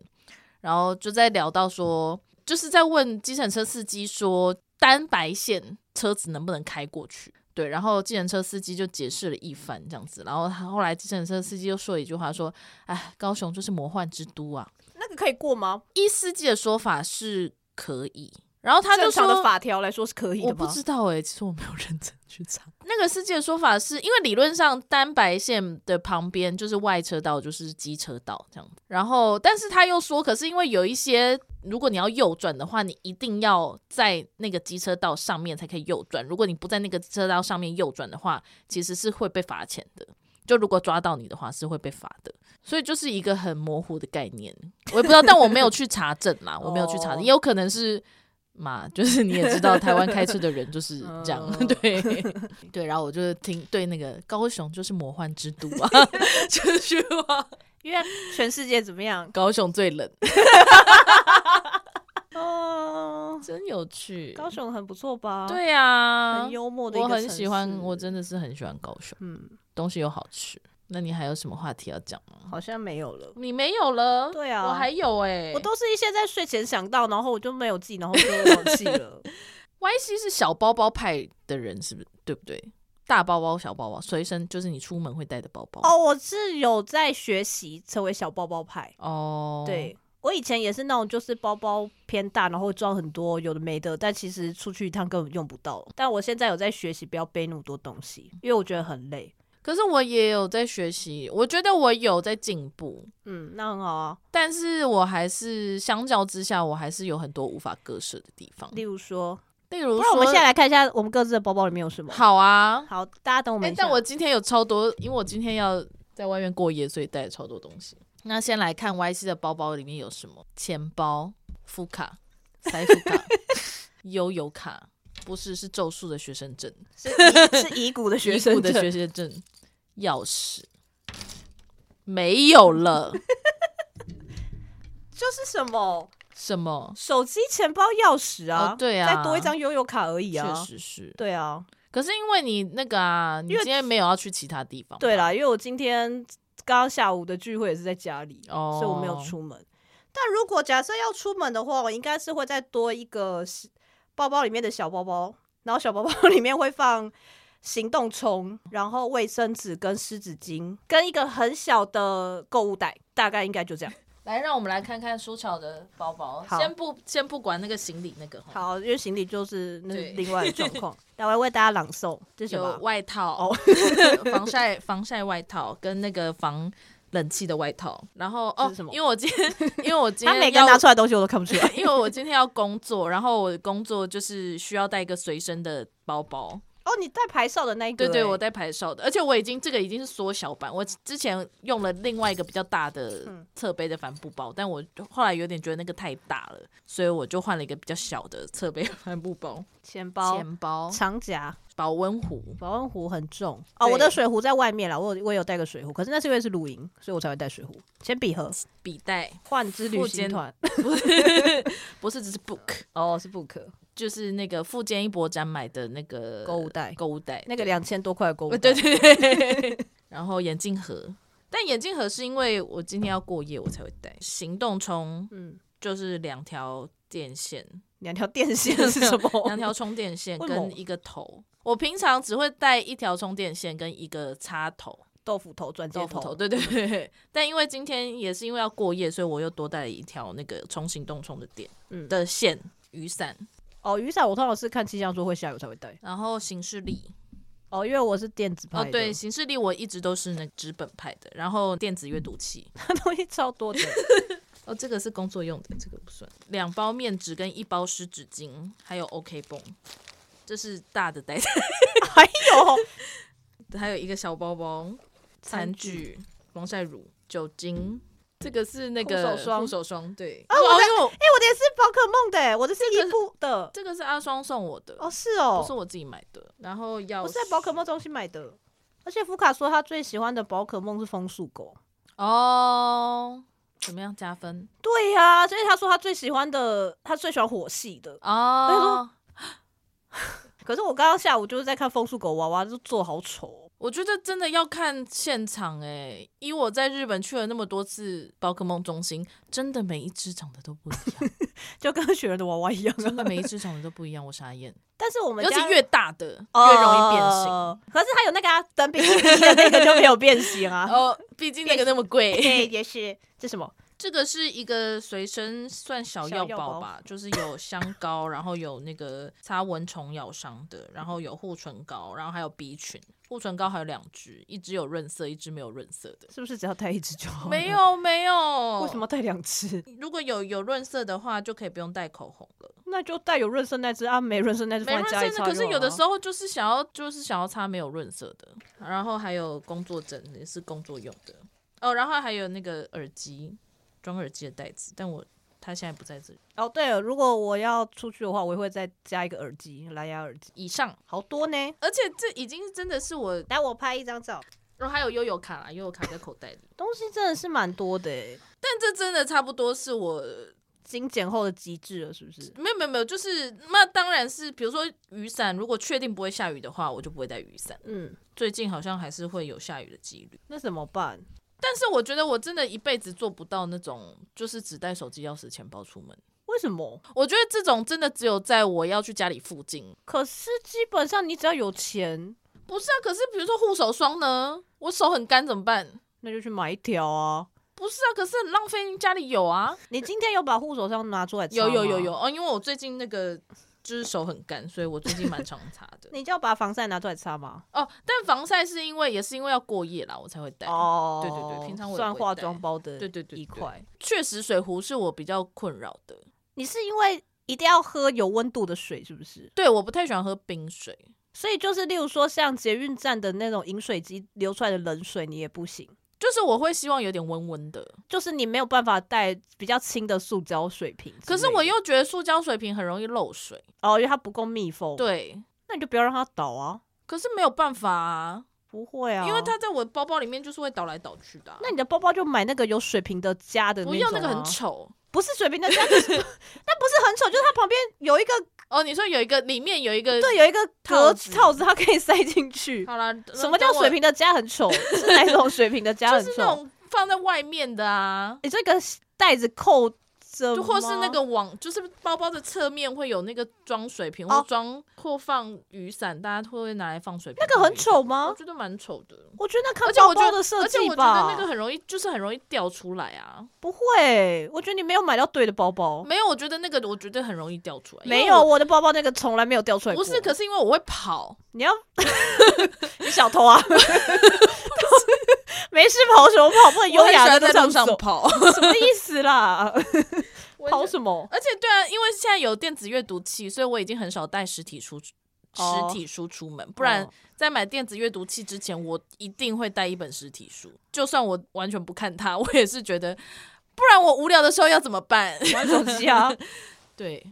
[SPEAKER 1] 然后就在聊到说，就是在问计程车司机说单白线车子能不能开过去。对，然后计程车司机就解释了一番这样子，然后他后来计程车司机又说了一句话说：“哎，高雄就是魔幻之都啊，
[SPEAKER 2] 那个可以过吗？
[SPEAKER 1] 依司机的说法是可以，然后他就说
[SPEAKER 2] 法条来说是可以
[SPEAKER 1] 我不知道哎、其实我没有认真去查。 <laughs> 那个司机的说法是因为理论上单白线的旁边就是外车道，就是机车道这样，然后但是他又说，可是因为有一些如果你要右转的话，你一定要在那个机车道上面才可以右转。如果你不在那个车道上面右转的话，其实是会被罚钱的。就如果抓到你的话，是会被罚的。所以就是一个很模糊的概念，我也不知道，但我没有去查证啦，我没有去查证，
[SPEAKER 2] 哦
[SPEAKER 1] 也有可能是嘛，就是你也知 <laughs> 道，台湾开车的人就是这样， <laughs>
[SPEAKER 2] 嗯
[SPEAKER 1] 对对。然后我就听对那个高雄就是魔幻之都啊， <laughs> 就是哇，
[SPEAKER 2] 因为全世界怎么 <laughs> 样？
[SPEAKER 1] 高雄最冷，
[SPEAKER 2] 哦，
[SPEAKER 1] 真有趣。
[SPEAKER 2] 高雄很不错吧？，
[SPEAKER 1] 对啊
[SPEAKER 2] 很，幽默的一
[SPEAKER 1] 我
[SPEAKER 2] 个
[SPEAKER 1] 很喜欢，
[SPEAKER 2] 城市
[SPEAKER 1] 我真的是很喜欢高雄，
[SPEAKER 2] 嗯，
[SPEAKER 1] 东西又好吃。那你还有什么话题要讲吗？
[SPEAKER 2] 好像没有了。
[SPEAKER 1] 你没有了，
[SPEAKER 2] 对啊
[SPEAKER 1] 我还有哎、
[SPEAKER 2] 我都是一些在睡前想到，然后我就没有记，然后就忘记了。
[SPEAKER 1] Y C 是小包包派的人，是不是？对不对？大包包、小包包，随身就是你出门会带的包包。
[SPEAKER 2] 哦，我是有在学习成为小包包派。
[SPEAKER 1] 哦，
[SPEAKER 2] 对我以前也是那种，就是包包偏大，然后会装很多有的没的，但其实出去一趟根本用不到。但我现在有在学习不要背那么多东西，因为我觉得很累。
[SPEAKER 1] 可是我也有在学习，我觉得我有在进步，
[SPEAKER 2] 嗯，那很好啊。
[SPEAKER 1] 但是我还是相较之下，我还是有很多无法割舍的地方。
[SPEAKER 2] 例如说，
[SPEAKER 1] 例如说，
[SPEAKER 2] 不然我们现在来看一下我们各自的包包里面有什么。
[SPEAKER 1] 好啊，
[SPEAKER 2] 好，大家等我
[SPEAKER 1] 哎、
[SPEAKER 2] 们一下。 <laughs>
[SPEAKER 1] 但我今天有超多，因为我今天要在外面过夜，所以带了超多东西。那先来看 Y C 的包包里面有什么：钱包、副卡、财富卡、 <laughs> 悠游卡，不是是咒术的学生证，
[SPEAKER 2] 是遗是遗骨的学
[SPEAKER 1] 遗
[SPEAKER 2] 生
[SPEAKER 1] 骨的
[SPEAKER 2] 证
[SPEAKER 1] 学生证，钥匙没有
[SPEAKER 2] <laughs>
[SPEAKER 1] 了，
[SPEAKER 2] 就是什么
[SPEAKER 1] 什么？
[SPEAKER 2] 手机、钱包、钥匙啊，
[SPEAKER 1] 哦对啊
[SPEAKER 2] 再多一张悠游卡而已
[SPEAKER 1] 确
[SPEAKER 2] 啊。
[SPEAKER 1] 实是，
[SPEAKER 2] 对啊，
[SPEAKER 1] 可是因为你那个啊，你
[SPEAKER 2] 因为
[SPEAKER 1] 今天没有要去其他地方，
[SPEAKER 2] 对，啦，因为我今天刚刚下午的聚会也是在家里，
[SPEAKER 1] 哦，
[SPEAKER 2] 所以我没有出门。但如果假设要出门的话，我应该是会再多一个是包包里面的小包包，然后小包 <laughs> 包里面会放行动充，然后卫生纸跟湿纸巾，跟一个很小的购物袋，大概应该就
[SPEAKER 1] <laughs>
[SPEAKER 2] 这样。
[SPEAKER 1] 来，让我们来看看舒乔的包包。
[SPEAKER 2] 好
[SPEAKER 1] 先不先不管那个行李那个哈，
[SPEAKER 2] 好，因为行李就是那
[SPEAKER 1] 对
[SPEAKER 2] 是另外的状
[SPEAKER 1] <laughs>
[SPEAKER 2] 况。那我要为大家朗诵，这是什
[SPEAKER 1] 有
[SPEAKER 2] 么？
[SPEAKER 1] 外
[SPEAKER 2] <laughs>
[SPEAKER 1] 套、 <laughs>
[SPEAKER 2] 哦
[SPEAKER 1] 防晒防晒外套跟那个防冷气的外套。然后
[SPEAKER 2] 这
[SPEAKER 1] 哦
[SPEAKER 2] 是什，么
[SPEAKER 1] 因为我今
[SPEAKER 2] <laughs>
[SPEAKER 1] 天因为我今
[SPEAKER 2] 他每
[SPEAKER 1] 天
[SPEAKER 2] 个人
[SPEAKER 1] 要
[SPEAKER 2] 拿出来的东西我都看不出来。
[SPEAKER 1] <laughs> 因为我今天要工作，然后我的工作就是需要带一个随身的包包。
[SPEAKER 2] 哦，你带牌哨的那一个、
[SPEAKER 1] 对对，
[SPEAKER 2] 欸
[SPEAKER 1] 我带牌哨的，而且我已经这个已经是缩小版，我之前用了另外一个比较大的
[SPEAKER 2] 嗯
[SPEAKER 1] 侧背的帆布包，但我后来有点觉得那个太大了，所以我就换了一个比较小的侧背帆布包。
[SPEAKER 2] 钱 <laughs> 包、
[SPEAKER 1] 钱包、
[SPEAKER 2] 长夹、
[SPEAKER 1] 保温壶。
[SPEAKER 2] 保温壶很重哦。
[SPEAKER 1] 对
[SPEAKER 2] 我的水壶在外面啦，我有我有带个水壶，可是那是因为是露营，所以我才会带水壶。铅笔盒、
[SPEAKER 1] 笔袋
[SPEAKER 2] 幻之旅
[SPEAKER 1] 附件
[SPEAKER 2] 行团 <laughs>
[SPEAKER 1] 不是只是 book，
[SPEAKER 2] 哦，是不可
[SPEAKER 1] 就是那个富坚一博展买的那个
[SPEAKER 2] 购物袋，
[SPEAKER 1] 购物袋
[SPEAKER 2] 那个两千多块的购物
[SPEAKER 1] 对
[SPEAKER 2] 袋，
[SPEAKER 1] 对对对。 <laughs> 然后眼镜盒，但眼镜盒是因为我今天要过夜，我才会带。行动充
[SPEAKER 2] 嗯，
[SPEAKER 1] 就是两条电线，
[SPEAKER 2] 两条电线是什么？
[SPEAKER 1] <laughs> 两条充电线
[SPEAKER 2] 为什么
[SPEAKER 1] 跟一个头。我平常只会带一条充电线跟一个插头，
[SPEAKER 2] 豆腐头转接
[SPEAKER 1] 豆腐头，对对对对。但因为今天也是因为要过夜，所以我又多带了一条那个充行动充的电
[SPEAKER 2] 嗯
[SPEAKER 1] 的线雨伞，
[SPEAKER 2] 哦，雨伞我通常是看气象说会下雨才会带
[SPEAKER 1] 然后行事历。
[SPEAKER 2] 哦，因为我是电子
[SPEAKER 1] 哦
[SPEAKER 2] 派，的， <laughs>
[SPEAKER 1] 对，行事历我一直都是那纸本派的，然后电子阅读器。
[SPEAKER 2] 东西超
[SPEAKER 1] <laughs>
[SPEAKER 2] 多的。
[SPEAKER 1] 哦，这个是工作用的，这个不算。两包面纸跟一包湿纸巾，还有 OK 绷，这是大的袋子，
[SPEAKER 2] 还有
[SPEAKER 1] 还有一个小包包、餐
[SPEAKER 2] <laughs>
[SPEAKER 1] 具、防晒乳、酒精。这个是那个
[SPEAKER 2] 护手霜
[SPEAKER 1] 护手霜对。
[SPEAKER 2] 啊
[SPEAKER 1] 哦
[SPEAKER 2] 我在
[SPEAKER 1] 因为我
[SPEAKER 2] 哎、我的也是宝可梦的、我的是
[SPEAKER 1] 这个
[SPEAKER 2] 伊布的。
[SPEAKER 1] 这个是阿双送我的，
[SPEAKER 2] 哦，是哦，
[SPEAKER 1] 不是我自己买的。然后要
[SPEAKER 2] 我是在宝可梦中心买的。而且福卡说他最喜欢的宝可梦是风速狗。
[SPEAKER 1] 哦，怎么样加分
[SPEAKER 2] 对呀、所以他说他最喜欢的，他最喜欢火系的。他
[SPEAKER 1] 哦
[SPEAKER 2] 说？可是我刚刚下午就是在看风速狗娃娃，就做好丑哦、
[SPEAKER 1] 我觉得真的要看现场哎、以我在日本去了那么多次宝可梦中心，真的每一只长得都不一样，
[SPEAKER 2] 就跟雪人的娃娃一样
[SPEAKER 1] 真的
[SPEAKER 2] 啊。
[SPEAKER 1] 每一只长得都不一样，我傻眼。
[SPEAKER 2] 但是我们
[SPEAKER 1] 尤其
[SPEAKER 2] 家
[SPEAKER 1] 越大的越容易变形，
[SPEAKER 2] 哦可是他有那个、啊、等比基尼的那个就没有变形 <laughs> 啊。
[SPEAKER 1] 哦，毕竟那个那么贵。
[SPEAKER 2] 对，也是这什么？
[SPEAKER 1] 这个是一个随身算小药
[SPEAKER 2] 小药
[SPEAKER 1] 包
[SPEAKER 2] 包 <laughs>
[SPEAKER 1] 吧，就是有香膏，然后有那个擦蚊虫咬伤的，然后有护唇膏，然后还有鼻群。护唇膏还有两支，一支有润色，一支没有润色的。
[SPEAKER 2] 是不是只要带一支就好？
[SPEAKER 1] 没，有没有，
[SPEAKER 2] 哦为什么？要带两支？
[SPEAKER 1] 如果有有润色的话，就可以不用带口红了。
[SPEAKER 2] 那就带有润色那支啊，没润色那支
[SPEAKER 1] 没
[SPEAKER 2] 放
[SPEAKER 1] 润
[SPEAKER 2] 在家里
[SPEAKER 1] 色的，可是有的时
[SPEAKER 2] 候
[SPEAKER 1] 候就是想要，就是想要擦没有润色的。然后还有工作枕也是工作用的哦，然后还有那个耳机装耳机的袋子，但我它现在不在这里。
[SPEAKER 2] 哦，对了，如果我要出去的话，我也会再加一个耳机，蓝牙耳机，
[SPEAKER 1] 以上，
[SPEAKER 2] 好多呢。
[SPEAKER 1] 而且这已经真的是我，
[SPEAKER 2] 来，我拍一张照，
[SPEAKER 1] 然后还有悠悠卡啦，悠悠卡在口袋里。
[SPEAKER 2] 东西真的是蛮多的欸，
[SPEAKER 1] 但这真的差不多是我
[SPEAKER 2] 精简后的极致了，是不是？
[SPEAKER 1] 没有没有没有，就是那当然是，比如说雨伞，如果确定不会下雨的话，我就不会带雨伞。
[SPEAKER 2] 嗯，
[SPEAKER 1] 最近好像还是会有下雨的几率，
[SPEAKER 2] 那怎么办？
[SPEAKER 1] 但是我觉得我真的一辈子做不到那种，就是只带手机、钥匙、钱包出门。
[SPEAKER 2] 为什么？
[SPEAKER 1] 我觉得这种真的只有在我要去家里附近，
[SPEAKER 2] 可是基本上你只要有钱，
[SPEAKER 1] 不是啊？可是比如说护手霜呢，我手很干 <laughs> 怎么办？
[SPEAKER 2] 那就去买一条啊。
[SPEAKER 1] 不是啊，可是很浪费，家里有啊，
[SPEAKER 2] 你今天有把护手霜拿出来？
[SPEAKER 1] 有有有有。哦，因为我最近那个就是手很干，所以我最近蛮常擦的
[SPEAKER 2] 你就要把防晒拿出来擦吗？
[SPEAKER 1] <laughs> 哦。但防晒是因为也是因为要过夜啦，我才会带。
[SPEAKER 2] 哦
[SPEAKER 1] 对对对平常我也
[SPEAKER 2] 算
[SPEAKER 1] 不会
[SPEAKER 2] 化
[SPEAKER 1] 带
[SPEAKER 2] 妆包的
[SPEAKER 1] 对对对
[SPEAKER 2] 一
[SPEAKER 1] 对
[SPEAKER 2] 块。
[SPEAKER 1] 确实水壶是我比较困扰的。
[SPEAKER 2] 你是因为一定要喝有温度的水，是不是？
[SPEAKER 1] 对，我不太喜欢喝冰水，
[SPEAKER 2] 所以就是，例如说像捷运站的那种饮水机流出来的冷水，你也不行。
[SPEAKER 1] 就是我会希望有点温温的。
[SPEAKER 2] 就是你没有办法带比较轻的塑胶水瓶之类的，
[SPEAKER 1] 可是我又觉得塑胶水瓶很容易漏水，
[SPEAKER 2] 哦，因为它不够密封，，
[SPEAKER 1] 对。
[SPEAKER 2] 那你就不要让它倒啊，
[SPEAKER 1] 可是没有办法啊，
[SPEAKER 2] 不会啊，
[SPEAKER 1] 因为它在我的包包里面就是会倒来倒去的啊、
[SPEAKER 2] 那你的包包就买那个有水瓶的夹的、啊
[SPEAKER 1] 不要那个很，丑
[SPEAKER 2] 不是水瓶的夹，那不是 <laughs> 很丑，就是它旁边有一个
[SPEAKER 1] <laughs> 哦。你说有一个里面有一个
[SPEAKER 2] 对，有一个
[SPEAKER 1] 套
[SPEAKER 2] 格
[SPEAKER 1] 子
[SPEAKER 2] 套子，它可以塞进去。
[SPEAKER 1] 好啦，
[SPEAKER 2] 什么叫水
[SPEAKER 1] 瓶？
[SPEAKER 2] 瓶的夹很丑？是哪种水瓶的夹
[SPEAKER 1] <laughs> 就
[SPEAKER 2] 很
[SPEAKER 1] 是那
[SPEAKER 2] 丑？
[SPEAKER 1] 种放在外面的啊，
[SPEAKER 2] 你这个袋子扣着吗，
[SPEAKER 1] 就或是那个网，就是包包的侧面会有那个装水瓶
[SPEAKER 2] 哦
[SPEAKER 1] 或装或放雨伞，大家会拿来放水瓶。
[SPEAKER 2] 那个很丑
[SPEAKER 1] 我
[SPEAKER 2] 吗？
[SPEAKER 1] 觉得蛮丑的。
[SPEAKER 2] 我觉得那看
[SPEAKER 1] 而且我
[SPEAKER 2] 包
[SPEAKER 1] 觉
[SPEAKER 2] 包
[SPEAKER 1] 得
[SPEAKER 2] 的设
[SPEAKER 1] 而且
[SPEAKER 2] 计
[SPEAKER 1] 我觉
[SPEAKER 2] 吧，
[SPEAKER 1] 得那个很容易，就是很容易掉出来啊。
[SPEAKER 2] 不会、我觉得你没有买到对的包包。
[SPEAKER 1] 没有，我觉得那个我觉得很容易掉出来。因为
[SPEAKER 2] 没有，我的包包那个从来没有掉出来
[SPEAKER 1] 我，
[SPEAKER 2] 过。
[SPEAKER 1] 不是，可是因为我会跑，
[SPEAKER 2] 你要 <laughs> 你小偷啊？ <laughs> 没事跑什么跑？不
[SPEAKER 1] 我
[SPEAKER 2] 能优
[SPEAKER 1] 很喜
[SPEAKER 2] 雅
[SPEAKER 1] 欢
[SPEAKER 2] 的
[SPEAKER 1] 在路上
[SPEAKER 2] 走，
[SPEAKER 1] 跑。
[SPEAKER 2] 什么意思啦？
[SPEAKER 1] <laughs> 我很
[SPEAKER 2] 跑
[SPEAKER 1] 喜欢
[SPEAKER 2] 什么？
[SPEAKER 1] 而且对啊，因为现在有电子阅读器，所以我已经很少带实体书。
[SPEAKER 2] 哦
[SPEAKER 1] 实体书出门，不然
[SPEAKER 2] 哦
[SPEAKER 1] 在买电子阅读器之前，我一定会带一本实体书。就算我完全不看它，我也是觉得，不然我无聊的时候要怎么
[SPEAKER 2] <laughs>
[SPEAKER 1] 办？
[SPEAKER 2] 玩手机啊，
[SPEAKER 1] 对，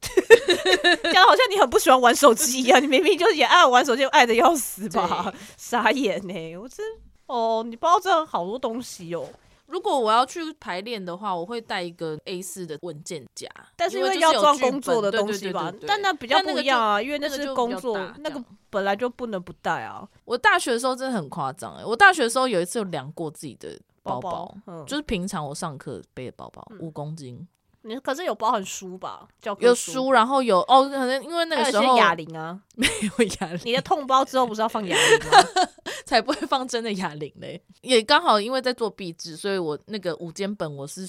[SPEAKER 2] 讲的好像你很不喜欢玩手机一样。你明明就是也爱玩手机，爱的要死吧
[SPEAKER 1] 对？
[SPEAKER 2] 傻眼呢、我真哦，你包真的好多东西哦。
[SPEAKER 1] 如果我要去排练的话，我会带一个 A 四的文件夹，
[SPEAKER 2] 但是
[SPEAKER 1] 因
[SPEAKER 2] 因
[SPEAKER 1] 为
[SPEAKER 2] 为
[SPEAKER 1] 就是
[SPEAKER 2] 要
[SPEAKER 1] 有
[SPEAKER 2] 装
[SPEAKER 1] 剧
[SPEAKER 2] 工作
[SPEAKER 1] 本
[SPEAKER 2] 的
[SPEAKER 1] 对
[SPEAKER 2] 东
[SPEAKER 1] 对
[SPEAKER 2] 西
[SPEAKER 1] 对
[SPEAKER 2] 吧
[SPEAKER 1] 对，对
[SPEAKER 2] 但那比较
[SPEAKER 1] 但那
[SPEAKER 2] 不
[SPEAKER 1] 个
[SPEAKER 2] 一样啊，因为
[SPEAKER 1] 那个
[SPEAKER 2] 是
[SPEAKER 1] 就比
[SPEAKER 2] 工
[SPEAKER 1] 较
[SPEAKER 2] 作
[SPEAKER 1] 大，
[SPEAKER 2] 那
[SPEAKER 1] 这
[SPEAKER 2] 个
[SPEAKER 1] 样
[SPEAKER 2] 本来就不能不带啊。
[SPEAKER 1] 我大学的时候真的很夸张哎，我大学的时候有一次有量过自己的包包，
[SPEAKER 2] 包，嗯，
[SPEAKER 1] 就是平常我上课背的包包
[SPEAKER 2] 嗯
[SPEAKER 1] 五、公斤，
[SPEAKER 2] 你可是有包含书吧？教科
[SPEAKER 1] 有
[SPEAKER 2] 书，
[SPEAKER 1] 书，然后有哦，可能因为那
[SPEAKER 2] 还
[SPEAKER 1] 个
[SPEAKER 2] 有一
[SPEAKER 1] 时
[SPEAKER 2] 些
[SPEAKER 1] 候
[SPEAKER 2] 哑铃啊。
[SPEAKER 1] 有哑铃，
[SPEAKER 2] 你的痛包之后不是要放哑铃吗？
[SPEAKER 1] <laughs> 才不会放真的哑铃嘞。也刚好因为在做壁纸，所以我那个午间本我是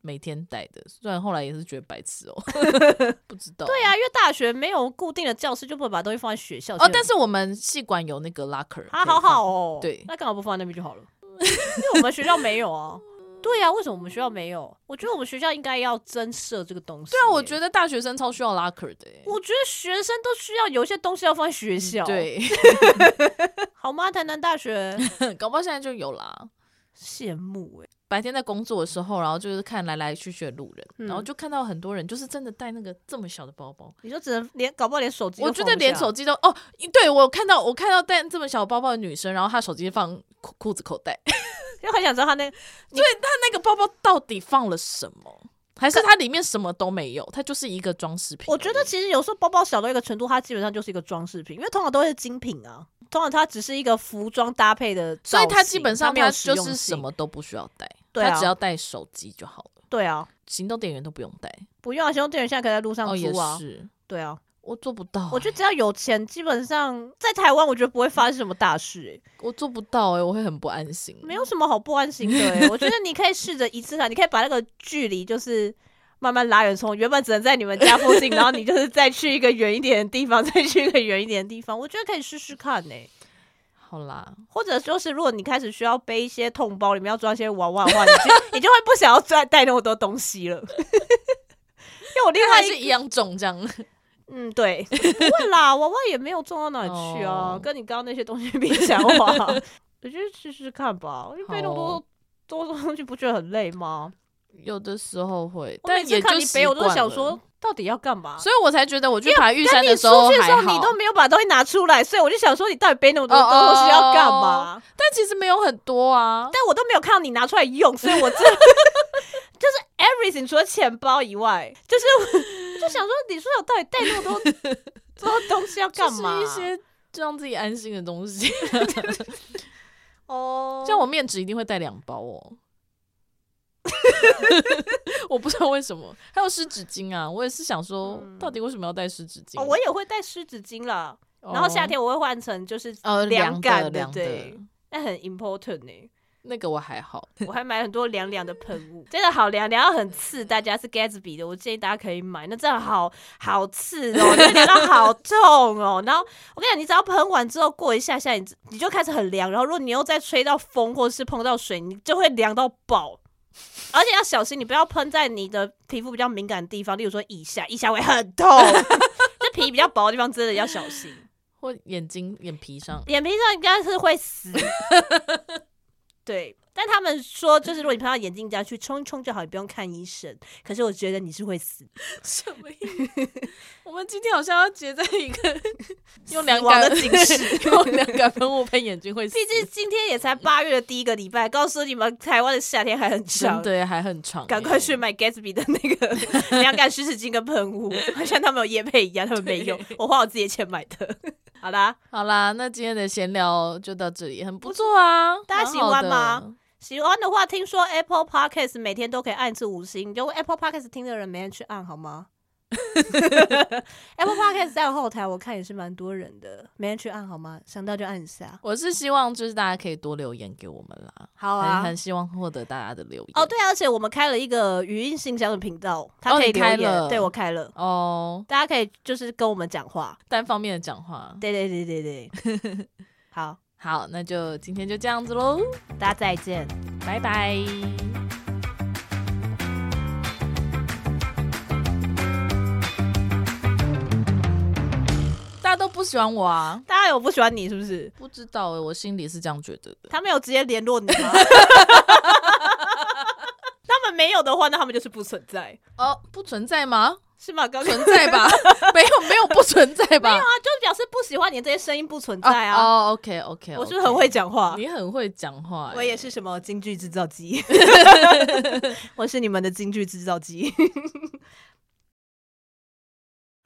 [SPEAKER 1] 每天带的，虽然后来也是觉得白痴哦， <laughs> 不知道。
[SPEAKER 2] <laughs> 对啊，因为大学没有固定的教室，就不会把东西放在学校。
[SPEAKER 1] 哦，但是我们系馆有那个 locker，
[SPEAKER 2] 啊，好好哦，
[SPEAKER 1] 对
[SPEAKER 2] 那干嘛不放在那边就 <laughs> 好了？因为我们学校没有啊。对啊，为什么我们学校没有？我觉得我们学校应该要增设这个东西。
[SPEAKER 1] 对啊，我觉
[SPEAKER 2] 得，
[SPEAKER 1] 得大学生超需要 locker 的耶。欸
[SPEAKER 2] 我觉得学生都需要有一些东西要放在学校，，
[SPEAKER 1] 对， <laughs>
[SPEAKER 2] 好吗？台南大学 <laughs>
[SPEAKER 1] 搞不好现在就有啦。
[SPEAKER 2] 羡慕哎、
[SPEAKER 1] 白天在工作的时候，然后就是看来来去去的路人，
[SPEAKER 2] 嗯
[SPEAKER 1] 然后就看到很多人就是真的带那个这么小的包包，
[SPEAKER 2] 你说只能连搞不好连手机，
[SPEAKER 1] 我觉得连手，机都哦，对我有看到我看到带这么小包包的女生，然后她手机放裤裤子口袋，
[SPEAKER 2] 就很想知道他那
[SPEAKER 1] 那个包包到底放了什么？还是它里面什么都没有，它就是一个装饰品而已。
[SPEAKER 2] 我觉得其实有时候包包小到一个程度，它基本上就是一个装饰品，因为通常都会是精品啊。通常它只是一个服装搭配的造型，
[SPEAKER 1] 所以它基本上
[SPEAKER 2] 没有
[SPEAKER 1] 它
[SPEAKER 2] 实
[SPEAKER 1] 就
[SPEAKER 2] 用
[SPEAKER 1] 是什
[SPEAKER 2] 性。
[SPEAKER 1] 么都不需要带，
[SPEAKER 2] 对啊
[SPEAKER 1] 它只要带手机就好了，
[SPEAKER 2] 对啊，
[SPEAKER 1] 行动电源都不用带。
[SPEAKER 2] 不用啊，行动电源现在可以在路上
[SPEAKER 1] 哦，也
[SPEAKER 2] 租啊。
[SPEAKER 1] 是，
[SPEAKER 2] 对啊，
[SPEAKER 1] 我做不到，欸
[SPEAKER 2] 我觉得只要有钱，基本上在台湾，我觉得不会发生什么大事、欸，
[SPEAKER 1] 我做不到哎、我会很不安心。
[SPEAKER 2] 没有什么好不安心的、欸。我觉得你可以试着一次啊，你可以把那个距离就是。慢慢拉远，从原本只能在你们家附近，然后你 <laughs> 欸就是再去一个远一点的地方，再去一个远一点的地方，我觉得可以试试看呢、
[SPEAKER 1] 好啦，
[SPEAKER 2] 或者就是如果你开始需要背一些痛包，里面要装一些娃娃的话，你就你就会不想要再带那么多东西了。因为我另
[SPEAKER 1] 因为
[SPEAKER 2] 外
[SPEAKER 1] 它
[SPEAKER 2] 一
[SPEAKER 1] 是一样重这样。 <laughs>
[SPEAKER 2] 嗯，对，不会啦，娃娃也没有重到哪里去啊，
[SPEAKER 1] 哦
[SPEAKER 2] 跟你刚刚那些东西比起来的话，我觉得试试看吧，因为背那
[SPEAKER 1] 好
[SPEAKER 2] 么多多多东西不觉得很累吗？
[SPEAKER 1] 有的时候会，
[SPEAKER 2] 我每
[SPEAKER 1] 但
[SPEAKER 2] 次
[SPEAKER 1] 也
[SPEAKER 2] 看
[SPEAKER 1] 就
[SPEAKER 2] 你
[SPEAKER 1] 习
[SPEAKER 2] 背，我都
[SPEAKER 1] 惯
[SPEAKER 2] 想
[SPEAKER 1] 了
[SPEAKER 2] 说，到底要干嘛？
[SPEAKER 1] 所以我才觉得我去爬玉山
[SPEAKER 2] 你出
[SPEAKER 1] 时候
[SPEAKER 2] 去的时候
[SPEAKER 1] 还
[SPEAKER 2] 你
[SPEAKER 1] 好，
[SPEAKER 2] 都没有把东西拿出来，所以我就想说你到底背那么多
[SPEAKER 1] 哦哦哦
[SPEAKER 2] 东西要干
[SPEAKER 1] 哦
[SPEAKER 2] 嘛？
[SPEAKER 1] 但其实没有很多啊。
[SPEAKER 2] 但我都没有看到你拿出来用，所以我真
[SPEAKER 1] <laughs>
[SPEAKER 2] 的就是 everything 除了钱包以外，就是我就想说你说我到底带那么多
[SPEAKER 1] <laughs>
[SPEAKER 2] 多东西要干嘛？
[SPEAKER 1] 就是一些让自己安心的东西。
[SPEAKER 2] 哦，
[SPEAKER 1] 像我面纸一定会带两包哦。 <laughs> 我不知道为什么，还有湿纸巾啊！我也是想说，
[SPEAKER 2] 嗯
[SPEAKER 1] 到底为什么要带湿纸巾？
[SPEAKER 2] 哦，我也会带湿纸巾啦。
[SPEAKER 1] 哦
[SPEAKER 2] 然后夏天我会换成就是
[SPEAKER 1] 呃
[SPEAKER 2] 凉
[SPEAKER 1] 的
[SPEAKER 2] 感
[SPEAKER 1] 凉
[SPEAKER 2] 对
[SPEAKER 1] 的，，
[SPEAKER 2] 那很 important 呢、
[SPEAKER 1] 那个我还好。
[SPEAKER 2] 我还买很多凉凉的喷雾，真的好凉，凉到很刺，大家是 Gatsby 的，我建议大家可以买，那真的好好刺哦，那凉到 <laughs> 好痛哦。然后我跟你讲，你只要喷完之后过一下下，你你就开始很凉，然后如果你又再吹到风或是碰到水，你就会凉到爆。而且要小心，你不要喷在你的皮肤比较敏感的地方，例如说腋下，腋下会很 <laughs> 痛。这皮比较薄的地方真的要小心，
[SPEAKER 1] 或眼睛、眼皮上，
[SPEAKER 2] 眼皮上应该是会 <laughs> 死。对，但他们说，就是如果你碰到眼镜，只要去冲一冲就好，你不用看医生。可是我觉得你是会死，
[SPEAKER 1] 什么意思？ <laughs> 我们今天好像要结在一个用
[SPEAKER 2] 死
[SPEAKER 1] 凉
[SPEAKER 2] 亡
[SPEAKER 1] 感 <laughs>
[SPEAKER 2] 的警示。
[SPEAKER 1] 用凉感喷雾喷眼睛会死
[SPEAKER 2] 毕， <laughs> 竟今天也才八月的第一个礼拜，告诉你们台湾的夏天还很
[SPEAKER 1] 真
[SPEAKER 2] 长，
[SPEAKER 1] 的耶还很长。
[SPEAKER 2] 赶快去！买 Gatsby 的那 <laughs> 个凉感湿纸巾跟喷雾，好像他们有夜配一样，他们没有，我花我自己的钱买的。好啦，
[SPEAKER 1] 好啦，那今天的闲聊就到这里，很不错啊，
[SPEAKER 2] 大家喜欢吗
[SPEAKER 1] 蛮好的？
[SPEAKER 2] 喜欢的话，听说 Apple Podcast 每天都可以按一次五星，就 Apple Podcast 听的人没人去按好吗 <laughs> ？Apple Podcast 在后台我看也是蛮多人的，没人去按好吗？想到就按一下，
[SPEAKER 1] 我是希望就是大家可以多留言给我们啦，
[SPEAKER 2] 好
[SPEAKER 1] 很
[SPEAKER 2] 啊。
[SPEAKER 1] 很希望获得大家的留言。
[SPEAKER 2] 哦，对啊，而且我们开了一个语音信箱的频道，它
[SPEAKER 1] 哦
[SPEAKER 2] 可以
[SPEAKER 1] 你
[SPEAKER 2] 留
[SPEAKER 1] 开
[SPEAKER 2] 言，
[SPEAKER 1] 了
[SPEAKER 2] 对我开了，
[SPEAKER 1] 哦，
[SPEAKER 2] 大家可以就是跟我们讲话，
[SPEAKER 1] 单方面的讲话。
[SPEAKER 2] 对对对对对，
[SPEAKER 1] <laughs>
[SPEAKER 2] 好，
[SPEAKER 1] 好，那就今天就这样子喽，
[SPEAKER 2] 大家再见。
[SPEAKER 1] 拜拜。大家都不喜欢我啊？
[SPEAKER 2] 大家有不喜欢你是不是？
[SPEAKER 1] 不知道哎、我心里是这样觉得的。
[SPEAKER 2] 他们有直接联络你
[SPEAKER 1] <laughs>
[SPEAKER 2] 吗？他们没有的话，那他们就是不存在，
[SPEAKER 1] 哦，不存在吗？
[SPEAKER 2] 是吗？刚刚
[SPEAKER 1] 存在 <laughs> 吧？没有，没有不存在吧？
[SPEAKER 2] 啊，就表示不喜欢你这些声音不存在啊。
[SPEAKER 1] 哦，OK OK，
[SPEAKER 2] 我是不是很会讲话？
[SPEAKER 1] 你很会讲话、欸
[SPEAKER 2] 我也。是什么京剧制
[SPEAKER 1] <laughs>
[SPEAKER 2] 造机，我是你们的京剧制造机。